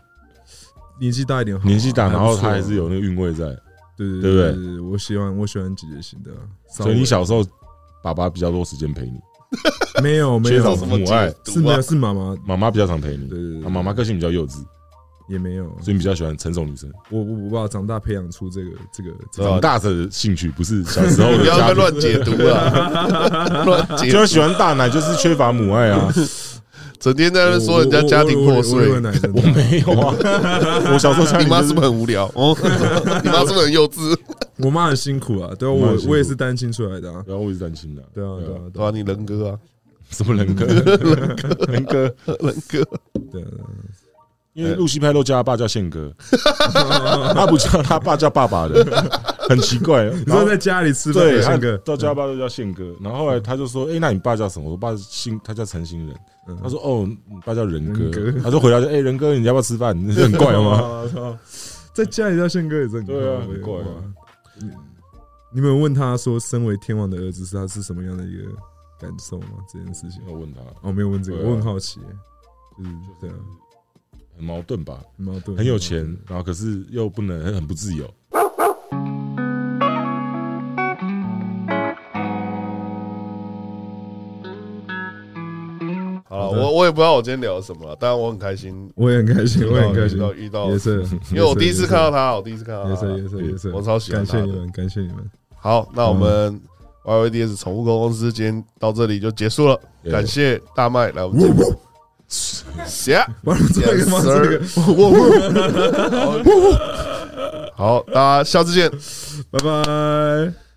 Speaker 2: 年纪大一点好啊，
Speaker 3: 年纪大，
Speaker 2: 不
Speaker 3: 然后
Speaker 2: 错
Speaker 3: 她
Speaker 2: 啊
Speaker 3: 还是有那个韵味在，
Speaker 2: 对对
Speaker 3: 对不对
Speaker 2: 对对，我喜欢我喜欢姐姐型的啊，稍
Speaker 3: 所以
Speaker 2: 微
Speaker 3: 你小时候爸爸比较多时间陪你，
Speaker 2: 没有没
Speaker 3: 缺少
Speaker 2: 有
Speaker 3: 什
Speaker 4: 什
Speaker 3: 么
Speaker 4: 么
Speaker 3: 母爱
Speaker 4: 解
Speaker 2: 是
Speaker 4: 读
Speaker 2: 没
Speaker 4: 啊
Speaker 2: 有？是妈妈，
Speaker 3: 妈妈比较常陪你
Speaker 2: 对，对
Speaker 3: 啊
Speaker 2: 对，
Speaker 3: 妈妈个性比较幼稚，
Speaker 2: 也没有，
Speaker 3: 所以你比较喜欢成熟女生。
Speaker 2: 我我我爸长大培养出这个这个这
Speaker 4: 对啊
Speaker 2: 个
Speaker 3: 长大的兴趣不是小时候的
Speaker 4: 你 不
Speaker 3: 家
Speaker 4: 要
Speaker 3: 庭
Speaker 4: 乱解读啊！乱解
Speaker 3: 就
Speaker 4: 读
Speaker 3: 是，喜欢大奶，就是缺乏母爱 啊！
Speaker 4: 整天在那边说人家家庭
Speaker 2: 我我
Speaker 4: 破
Speaker 2: 我我有
Speaker 4: 碎，
Speaker 2: 奶真
Speaker 3: 我
Speaker 2: 的
Speaker 3: 没有啊， 我小时候家
Speaker 4: 你
Speaker 3: 里
Speaker 4: 妈
Speaker 3: 就是
Speaker 4: 不是很无聊？哦，你妈是不是很幼稚？
Speaker 2: 我妈很辛苦啊，对啊，
Speaker 3: 我妈很
Speaker 2: 我
Speaker 3: 辛苦
Speaker 2: 我也是单亲出来的啊，
Speaker 3: 然后我一直担心的，
Speaker 2: 对啊对啊
Speaker 4: 对
Speaker 2: 对啊
Speaker 4: 啊，你人哥啊，
Speaker 3: 什么 人格人格人格，
Speaker 4: 人哥，
Speaker 2: 对啊，对啊
Speaker 3: 因为露西派都叫他爸叫 宪哥，他不叫他爸叫爸爸的，很奇怪。
Speaker 2: 你
Speaker 3: 然后
Speaker 2: 说在家里吃饭
Speaker 3: 对，
Speaker 2: 的嗯
Speaker 3: 他
Speaker 2: 那个
Speaker 3: 到叫他爸都叫宪哥，然后后来他就说：“哎，那你爸叫什么？”我爸是新，他叫陈兴仁。
Speaker 2: 嗯
Speaker 3: 他说：“哦，你爸叫仁哥
Speaker 2: 仁。”哥哦
Speaker 3: 他就回答说：“哎，仁哥，你要不要吃饭？你很怪好吗？
Speaker 2: 吗？在家里叫宪哥也是很
Speaker 3: 对啊
Speaker 2: 靠
Speaker 3: 很
Speaker 2: 背
Speaker 3: 怪啊
Speaker 2: 哇你你们有问他说，身为天王的儿子是他是什么样的一个感受吗？这件事情？
Speaker 3: 我问他，
Speaker 2: 哦，没有问这个，
Speaker 3: 对啊
Speaker 2: 我很好奇，就是对啊，
Speaker 3: 很矛盾吧？
Speaker 2: 很矛盾，
Speaker 3: 很有钱，然后可是又不能很很不自由。
Speaker 4: 好了，
Speaker 2: 好的
Speaker 4: 我我也不知道我今天聊了什么了，但我很开心，
Speaker 2: 我也很开心，我也很开心
Speaker 4: 遇，到遇到，
Speaker 2: 也 是，
Speaker 4: 因为我第一次看到他，我第一次看到
Speaker 2: 也是，
Speaker 4: 他
Speaker 2: 也，是，也是，
Speaker 4: 我超喜欢
Speaker 2: 感
Speaker 4: 他
Speaker 2: 谢
Speaker 4: 的
Speaker 2: 你们，感谢你们，
Speaker 4: 好，那我们 YYDS 宠物公司今天到这里就结束了，
Speaker 3: Yeah
Speaker 4: 感谢大麦来我们节目。Yeah，
Speaker 2: 完了这个吗？这个，
Speaker 4: 好，大家下次见。
Speaker 2: 拜拜。